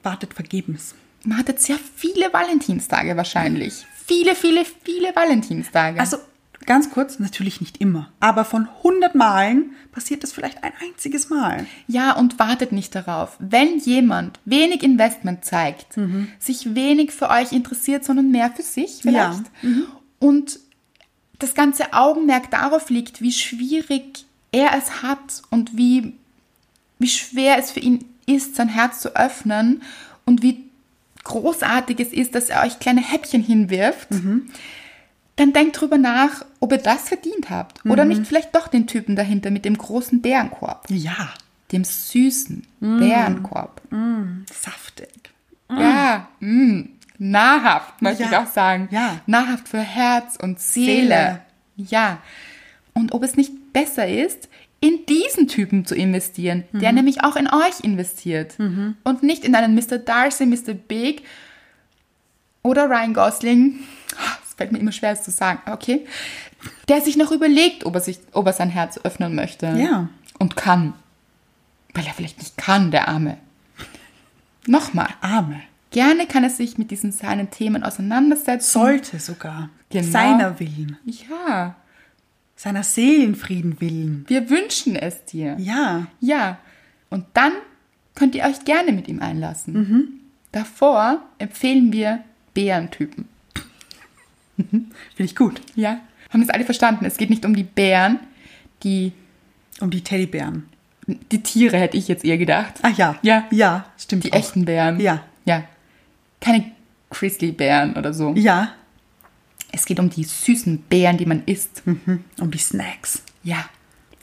S1: Wartet vergebens.
S2: man hatte sehr viele Valentinstage wahrscheinlich. Viele, viele, viele Valentinstage.
S1: Also ganz kurz, natürlich nicht immer, aber von 100 Malen passiert das vielleicht ein einziges Mal.
S2: ja, und wartet nicht darauf. Wenn jemand wenig Investment zeigt, sich wenig für euch interessiert, sondern mehr für sich vielleicht, und das ganze Augenmerk darauf liegt, wie schwierig er es hat und wie, wie schwer es für ihn ist, sein Herz zu öffnen und wie großartig es ist, dass er euch kleine Häppchen hinwirft, dann denkt drüber nach, ob ihr das verdient habt oder nicht vielleicht doch den Typen dahinter mit dem großen Bärenkorb,
S1: Ja,
S2: dem süßen Bärenkorb.
S1: saftig.
S2: Ja, mm, nahrhaft, möchte
S1: Ja.
S2: ich auch sagen.
S1: Ja.
S2: Nahrhaft für Herz und Seele. Ja. Und ob es nicht besser ist, in diesen Typen zu investieren, der
S1: Mhm.
S2: nämlich auch in euch investiert und nicht in einen Mr. Darcy, Mr. Big oder Ryan Gosling. Es fällt mir immer schwer, es zu sagen. aber Okay. Der sich noch überlegt, ob er, sich, ob er sein Herz öffnen möchte.
S1: Ja.
S2: Und kann. Weil er vielleicht nicht kann, der Arme. Nochmal.
S1: Arme.
S2: Gerne kann er sich mit diesen seinen Themen auseinandersetzen.
S1: Sollte sogar.
S2: Genau.
S1: Seiner Willen.
S2: Ja,
S1: Seiner Seelenfrieden willen.
S2: wir wünschen es dir.
S1: Ja.
S2: Ja, und dann könnt ihr euch gerne mit ihm einlassen.
S1: Mhm.
S2: Davor empfehlen wir Bärentypen.
S1: Finde ich gut.
S2: Ja, haben das alle verstanden? Es geht nicht um die Bären, die,
S1: Um die Teddybären.
S2: die Tiere hätte ich jetzt eher gedacht.
S1: Ach ja.
S2: Ja,
S1: Ja, stimmt.
S2: die
S1: auch.
S2: echten Bären.
S1: Ja.
S2: Ja, keine Grizzly-Bären oder so.
S1: Ja.
S2: Es geht um die süßen Bären, die man isst.
S1: Um die Snacks.
S2: Ja.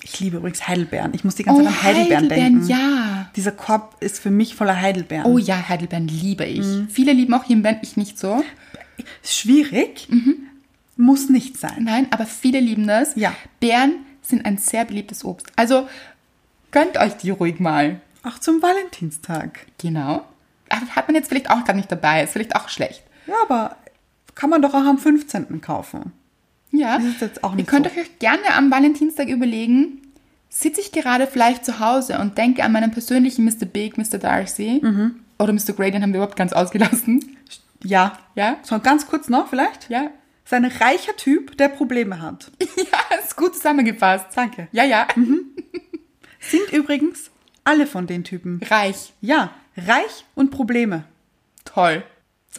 S1: Ich liebe übrigens Heidelbeeren. Ich muss die ganze
S2: Oh,
S1: Zeit an Also Heidelbeeren, denken.
S2: ja.
S1: Dieser Korb ist für mich voller Heidelbeeren.
S2: Oh ja, Heidelbeeren liebe ich.
S1: Mhm.
S2: Viele lieben auch Himbeeren, ich nicht so.
S1: Ist Schwierig.
S2: Mhm.
S1: Muss nicht sein.
S2: Nein, aber viele lieben das.
S1: Ja.
S2: Beeren sind ein sehr beliebtes Obst. Also gönnt euch die ruhig mal.
S1: Auch zum Valentinstag.
S2: Genau. Aber Hat man jetzt vielleicht auch gar nicht dabei, ist vielleicht auch schlecht.
S1: Ja, aber kann man doch auch am 15. kaufen.
S2: Ja.
S1: Das ist jetzt auch
S2: Ihr
S1: nicht
S2: könnt
S1: so.
S2: euch gerne am Valentinstag überlegen, sitze ich gerade vielleicht zu Hause und denke an meinen persönlichen Mr. Big, Mr. Darcy
S1: Mhm.
S2: oder Mr. Gradient haben wir überhaupt ganz ausgelassen.
S1: Ja.
S2: Ja.
S1: So, ganz kurz noch vielleicht.
S2: Ja.
S1: Ist ein reicher Typ, der Probleme hat.
S2: Ja, ist gut zusammengefasst.
S1: Danke.
S2: Ja, ja.
S1: Mhm. Sind übrigens alle von den Typen.
S2: Reich.
S1: Ja, reich und Probleme.
S2: Toll.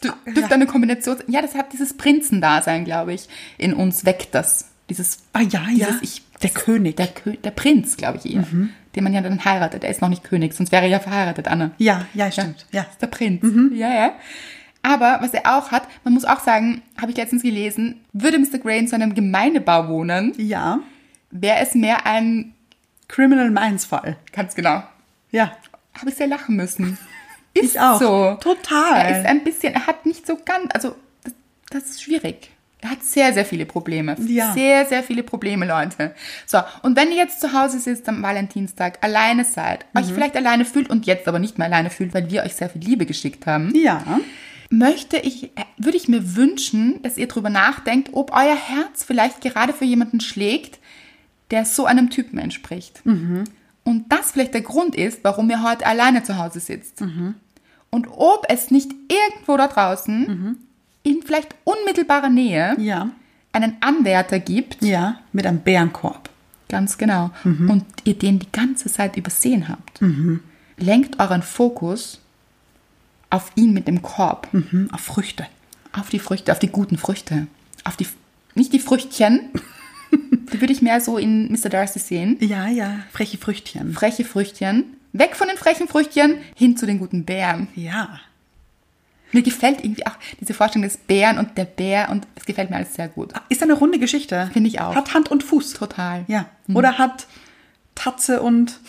S2: Du, dürfte
S1: ja.
S2: eine Kombination sein. Ja, das hat dieses Prinzendasein, glaube ich, in uns weckt das. Dieses,
S1: Ah ja,
S2: dieses ich,
S1: der König.
S2: der, Kö der Prinz, glaube ich, eher. Den man ja dann heiratet. Er ist noch nicht König, sonst wäre er ja verheiratet, Anne.
S1: ja, ja, stimmt. Ja.
S2: Ist der Prinz. Ja, ja. Aber was er auch hat, man muss auch sagen, habe ich letztens gelesen, würde Mr. Gray in so einem Gemeindebau wohnen,
S1: Ja.
S2: wäre es mehr ein,
S1: Criminal Minds Fall.
S2: ganz genau,
S1: Ja.
S2: habe ich sehr lachen müssen.
S1: Ich auch.
S2: so.
S1: Total.
S2: Er ist ein bisschen, er hat nicht so ganz, also das, das ist schwierig. Er hat sehr, sehr viele Probleme.
S1: Ja.
S2: Sehr, sehr viele Probleme, Leute. So, und wenn ihr jetzt zu Hause sitzt am Valentinstag, alleine seid, euch
S1: Mhm.
S2: vielleicht alleine fühlt und jetzt aber nicht mehr alleine fühlt, weil wir euch sehr viel Liebe geschickt haben,
S1: Ja.
S2: möchte ich, äh, würde ich mir wünschen, dass ihr drüber nachdenkt, ob euer Herz vielleicht gerade für jemanden schlägt, der so einem Typen entspricht. Und das vielleicht der Grund ist, warum ihr heute alleine zu Hause sitzt. Und ob es nicht irgendwo da draußen, in vielleicht unmittelbarer Nähe,
S1: Ja.
S2: einen Anwärter gibt,
S1: Ja. Mit einem Bärenkorb.
S2: Ganz genau. Und ihr den die ganze Zeit übersehen habt. Lenkt euren Fokus auf ihn mit dem Korb,
S1: Mhm. Auf Früchte.
S2: auf die Früchte, auf die guten Früchte. Auf die, nicht die Früchtchen, die würde ich mehr so in Mr. Darcy sehen.
S1: Ja, ja. Freche Früchtchen.
S2: Freche Früchtchen. Weg von den frechen Früchtchen, hin zu den guten Bären.
S1: Ja.
S2: Mir gefällt irgendwie auch diese Vorstellung des Bären und der Bär und es gefällt mir alles sehr gut.
S1: Ist eine runde Geschichte.
S2: Finde ich auch.
S1: Hat Hand und Fuß.
S2: Total.
S1: Ja. Oder hat Tatze und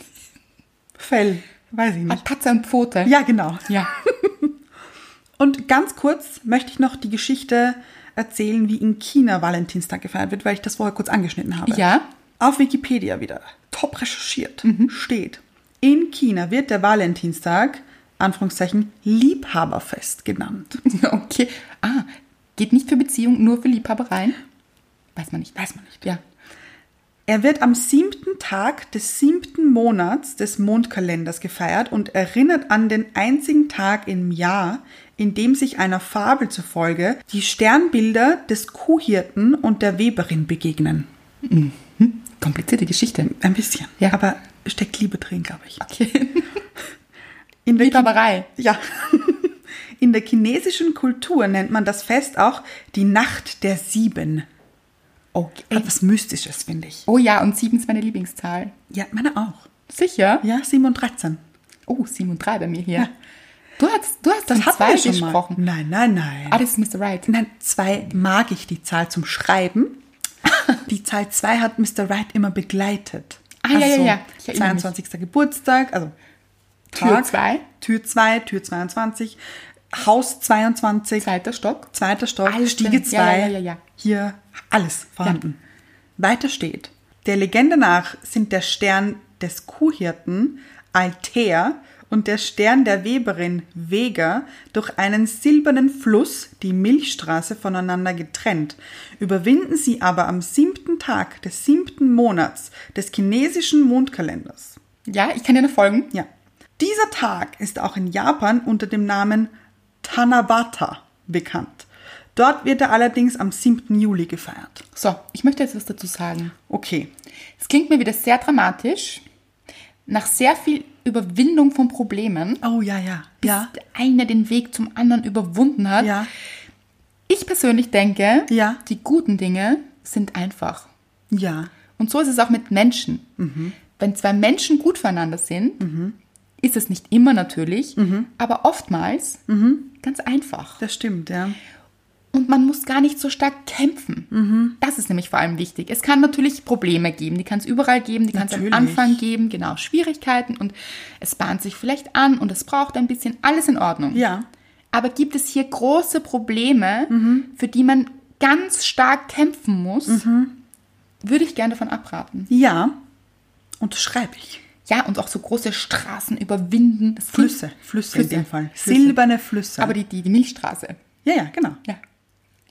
S1: Fell. Weiß ich
S2: Ah,
S1: nicht.
S2: Tatze und Pfote.
S1: Ja, genau.
S2: ja.
S1: Und ganz kurz möchte ich noch die Geschichte erzählen, wie in China Valentinstag gefeiert wird, weil ich das vorher kurz angeschnitten habe.
S2: Ja.
S1: Auf Wikipedia wieder, top recherchiert, steht, in China wird der Valentinstag, Anführungszeichen, Liebhaberfest genannt.
S2: Okay. Ah, geht nicht für Beziehung, nur für Liebhabereien? Weiß man nicht. Weiß man nicht. Ja.
S1: Er wird am siebten Tag des siebten Monats des Mondkalenders gefeiert und erinnert an den einzigen Tag im Jahr, in dem sich einer Fabel zufolge die Sternbilder des Kuhhirten und der Weberin begegnen.
S2: Komplizierte Geschichte.
S1: Ein bisschen.
S2: Ja.
S1: Aber steckt Liebe drin, glaube ich.
S2: Okay.
S1: In der
S2: Liebhaberei.
S1: Chi- ja. In der chinesischen Kultur nennt man das Fest auch die Nacht der Sieben.
S2: Okay.
S1: Etwas Mystisches, finde ich.
S2: Oh ja, und sieben ist meine Lieblingszahl.
S1: Ja, meine auch.
S2: Sicher?
S1: Ja, sieben und 13.
S2: Oh, sieben und drei bei mir hier.
S1: Ja.
S2: Du hast, du hast das
S1: hatten
S2: zwei
S1: wir schon mal.
S2: gesprochen.
S1: Nein, nein, nein.
S2: Ah, das ist Mr. Right.
S1: Nein, zwei mag ich die Zahl zum Schreiben. Die Zahl 2 hat Mr. Wright immer begleitet.
S2: Ah, ja, ja, ja. Ich erinnere mich.
S1: 22. Geburtstag, also
S2: Tür
S1: Tag,
S2: zwei.
S1: Tür 2, Tür 22, Haus 22,
S2: Zweiter Stock.
S1: zweiter Stock,
S2: Alles
S1: Stiege
S2: drin. Ja,
S1: 2,
S2: ja, ja, ja.
S1: hier alles vorhanden. Weiter steht, der Legende nach sind der Stern des Kuhhirten Althea und der Stern der Weberin Vega durch einen silbernen Fluss, die Milchstraße, voneinander getrennt. Überwinden sie aber am siebten Tag des siebten Monats des chinesischen Mondkalenders.
S2: Ja, ich kann dir noch folgen.
S1: Ja. Dieser Tag ist auch in Japan unter dem Namen Tanabata bekannt. Dort wird er allerdings am 7. Juli gefeiert.
S2: So, ich möchte jetzt was dazu sagen.
S1: Okay.
S2: Es klingt mir wieder sehr dramatisch. Nach sehr viel Überwindung von Problemen,
S1: Oh ja, ja.
S2: bis der eine den Weg zum anderen überwunden hat,
S1: Ja.
S2: Ich persönlich denke,
S1: Ja.
S2: die guten Dinge sind einfach.
S1: Ja.
S2: Und so ist es auch mit Menschen.
S1: Mhm.
S2: Wenn zwei Menschen gut voneinander sind, ist es nicht immer natürlich,
S1: Mhm.
S2: aber oftmals ganz einfach.
S1: Das stimmt, ja.
S2: Und man muss gar nicht so stark kämpfen.
S1: Mhm.
S2: Das ist nämlich vor allem wichtig. Es kann natürlich Probleme geben, die kann es überall geben, die kann es am
S1: Natürlich.
S2: Anfang geben, genau, Schwierigkeiten und es bahnt sich vielleicht an und es braucht ein bisschen, alles in Ordnung.
S1: Ja.
S2: Aber gibt es hier große Probleme,
S1: Mhm.
S2: für die man ganz stark kämpfen muss,
S1: Mhm.
S2: würde ich gerne davon abraten.
S1: Ja. Unterschreibe ich.
S2: Ja, und auch so große Straßen überwinden. Das
S1: Flüsse.
S2: klingt-
S1: Flüsse, in
S2: Flüsse.
S1: dem Fall.
S2: Flüsse.
S1: Silberne Flüsse.
S2: Aber die, die, die Milchstraße.
S1: ja, ja, genau.
S2: Ja.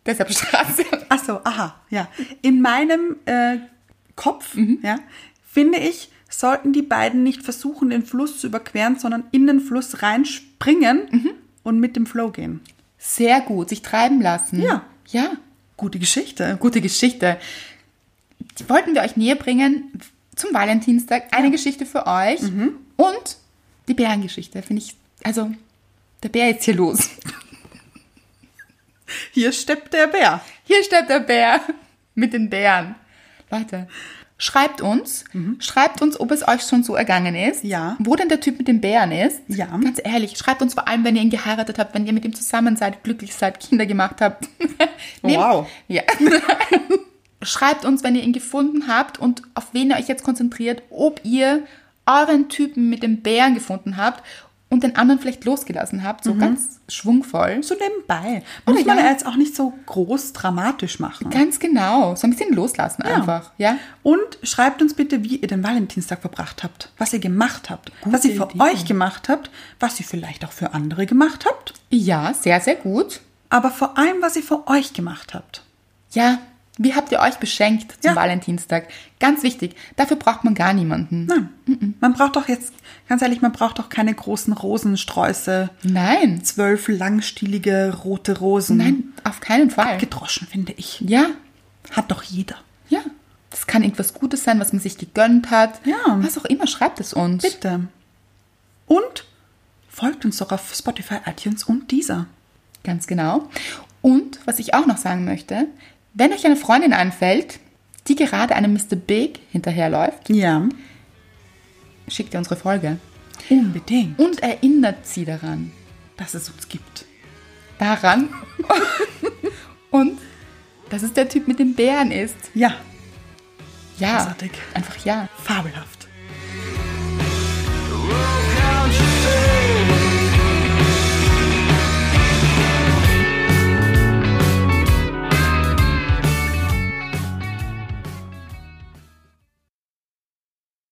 S2: Deshalb Straße.
S1: Ach so, aha, ja. In meinem äh, Kopf,
S2: Mhm.
S1: ja, finde ich, sollten die beiden nicht versuchen, den Fluss zu überqueren, sondern in den Fluss reinspringen
S2: Mhm.
S1: und mit dem Flow gehen.
S2: Sehr gut, sich treiben lassen.
S1: Ja.
S2: Ja,
S1: Gute Geschichte.
S2: gute Geschichte. Die wollten wir euch näher bringen zum Valentinstag. Eine Geschichte für euch
S1: Mhm.
S2: und die Bärengeschichte, finde ich. Also, der Bär ist hier los.
S1: Hier steppt der Bär.
S2: Hier steht der Bär mit den Bären. Leute, Schreibt uns, schreibt uns, ob es euch schon so ergangen ist.
S1: Mhm. Ja.
S2: Wo denn der Typ mit den Bären ist.
S1: Ja.
S2: Ganz ehrlich, schreibt uns vor allem, wenn ihr ihn geheiratet habt, wenn ihr mit ihm zusammen seid, glücklich seid, Kinder gemacht habt. Nehmt-
S1: Wow.
S2: Ja. schreibt uns, wenn ihr ihn gefunden habt und auf wen ihr euch jetzt konzentriert, ob ihr euren Typen mit den Bären gefunden habt und den anderen vielleicht losgelassen habt. So ganz schwungvoll.
S1: Mhm. So nebenbei.
S2: Oder
S1: Muss man
S2: Oh, ja.
S1: jetzt auch nicht so groß dramatisch machen.
S2: Ganz genau. So ein bisschen loslassen einfach. Ja.
S1: Und schreibt uns bitte, wie ihr den Valentinstag verbracht habt, was ihr gemacht habt, was ihr für
S2: Idee.
S1: euch gemacht habt, was ihr vielleicht auch für andere gemacht habt,
S2: Ja, sehr, sehr gut.
S1: aber vor allem, was ihr für euch gemacht habt.
S2: Ja, wie habt ihr euch beschenkt zum
S1: Ja.
S2: Valentinstag? Ganz wichtig, dafür braucht man gar niemanden.
S1: Nein, man braucht doch jetzt, ganz ehrlich, man braucht doch keine großen Rosensträuße,
S2: Nein,
S1: zwölf langstielige rote Rosen.
S2: nein, auf keinen Fall.
S1: Gedroschen, finde ich.
S2: Ja,
S1: Hat doch jeder.
S2: ja. Das kann irgendwas Gutes sein, was man sich gegönnt hat.
S1: Ja.
S2: Was auch immer, schreibt es uns.
S1: Bitte. Und folgt uns doch auf Spotify, iTunes und dieser.
S2: Ganz genau. Und was ich auch noch sagen möchte, wenn euch eine Freundin einfällt, die gerade einem Mr. Big hinterherläuft,
S1: Ja,
S2: schickt ihr unsere Folge
S1: unbedingt,
S2: und erinnert sie daran.
S1: dass es uns gibt.
S2: Daran. und dass es der Typ mit den Bären ist.
S1: Ja,
S2: Ja.
S1: Großartig.
S2: Einfach ja.
S1: fabelhaft.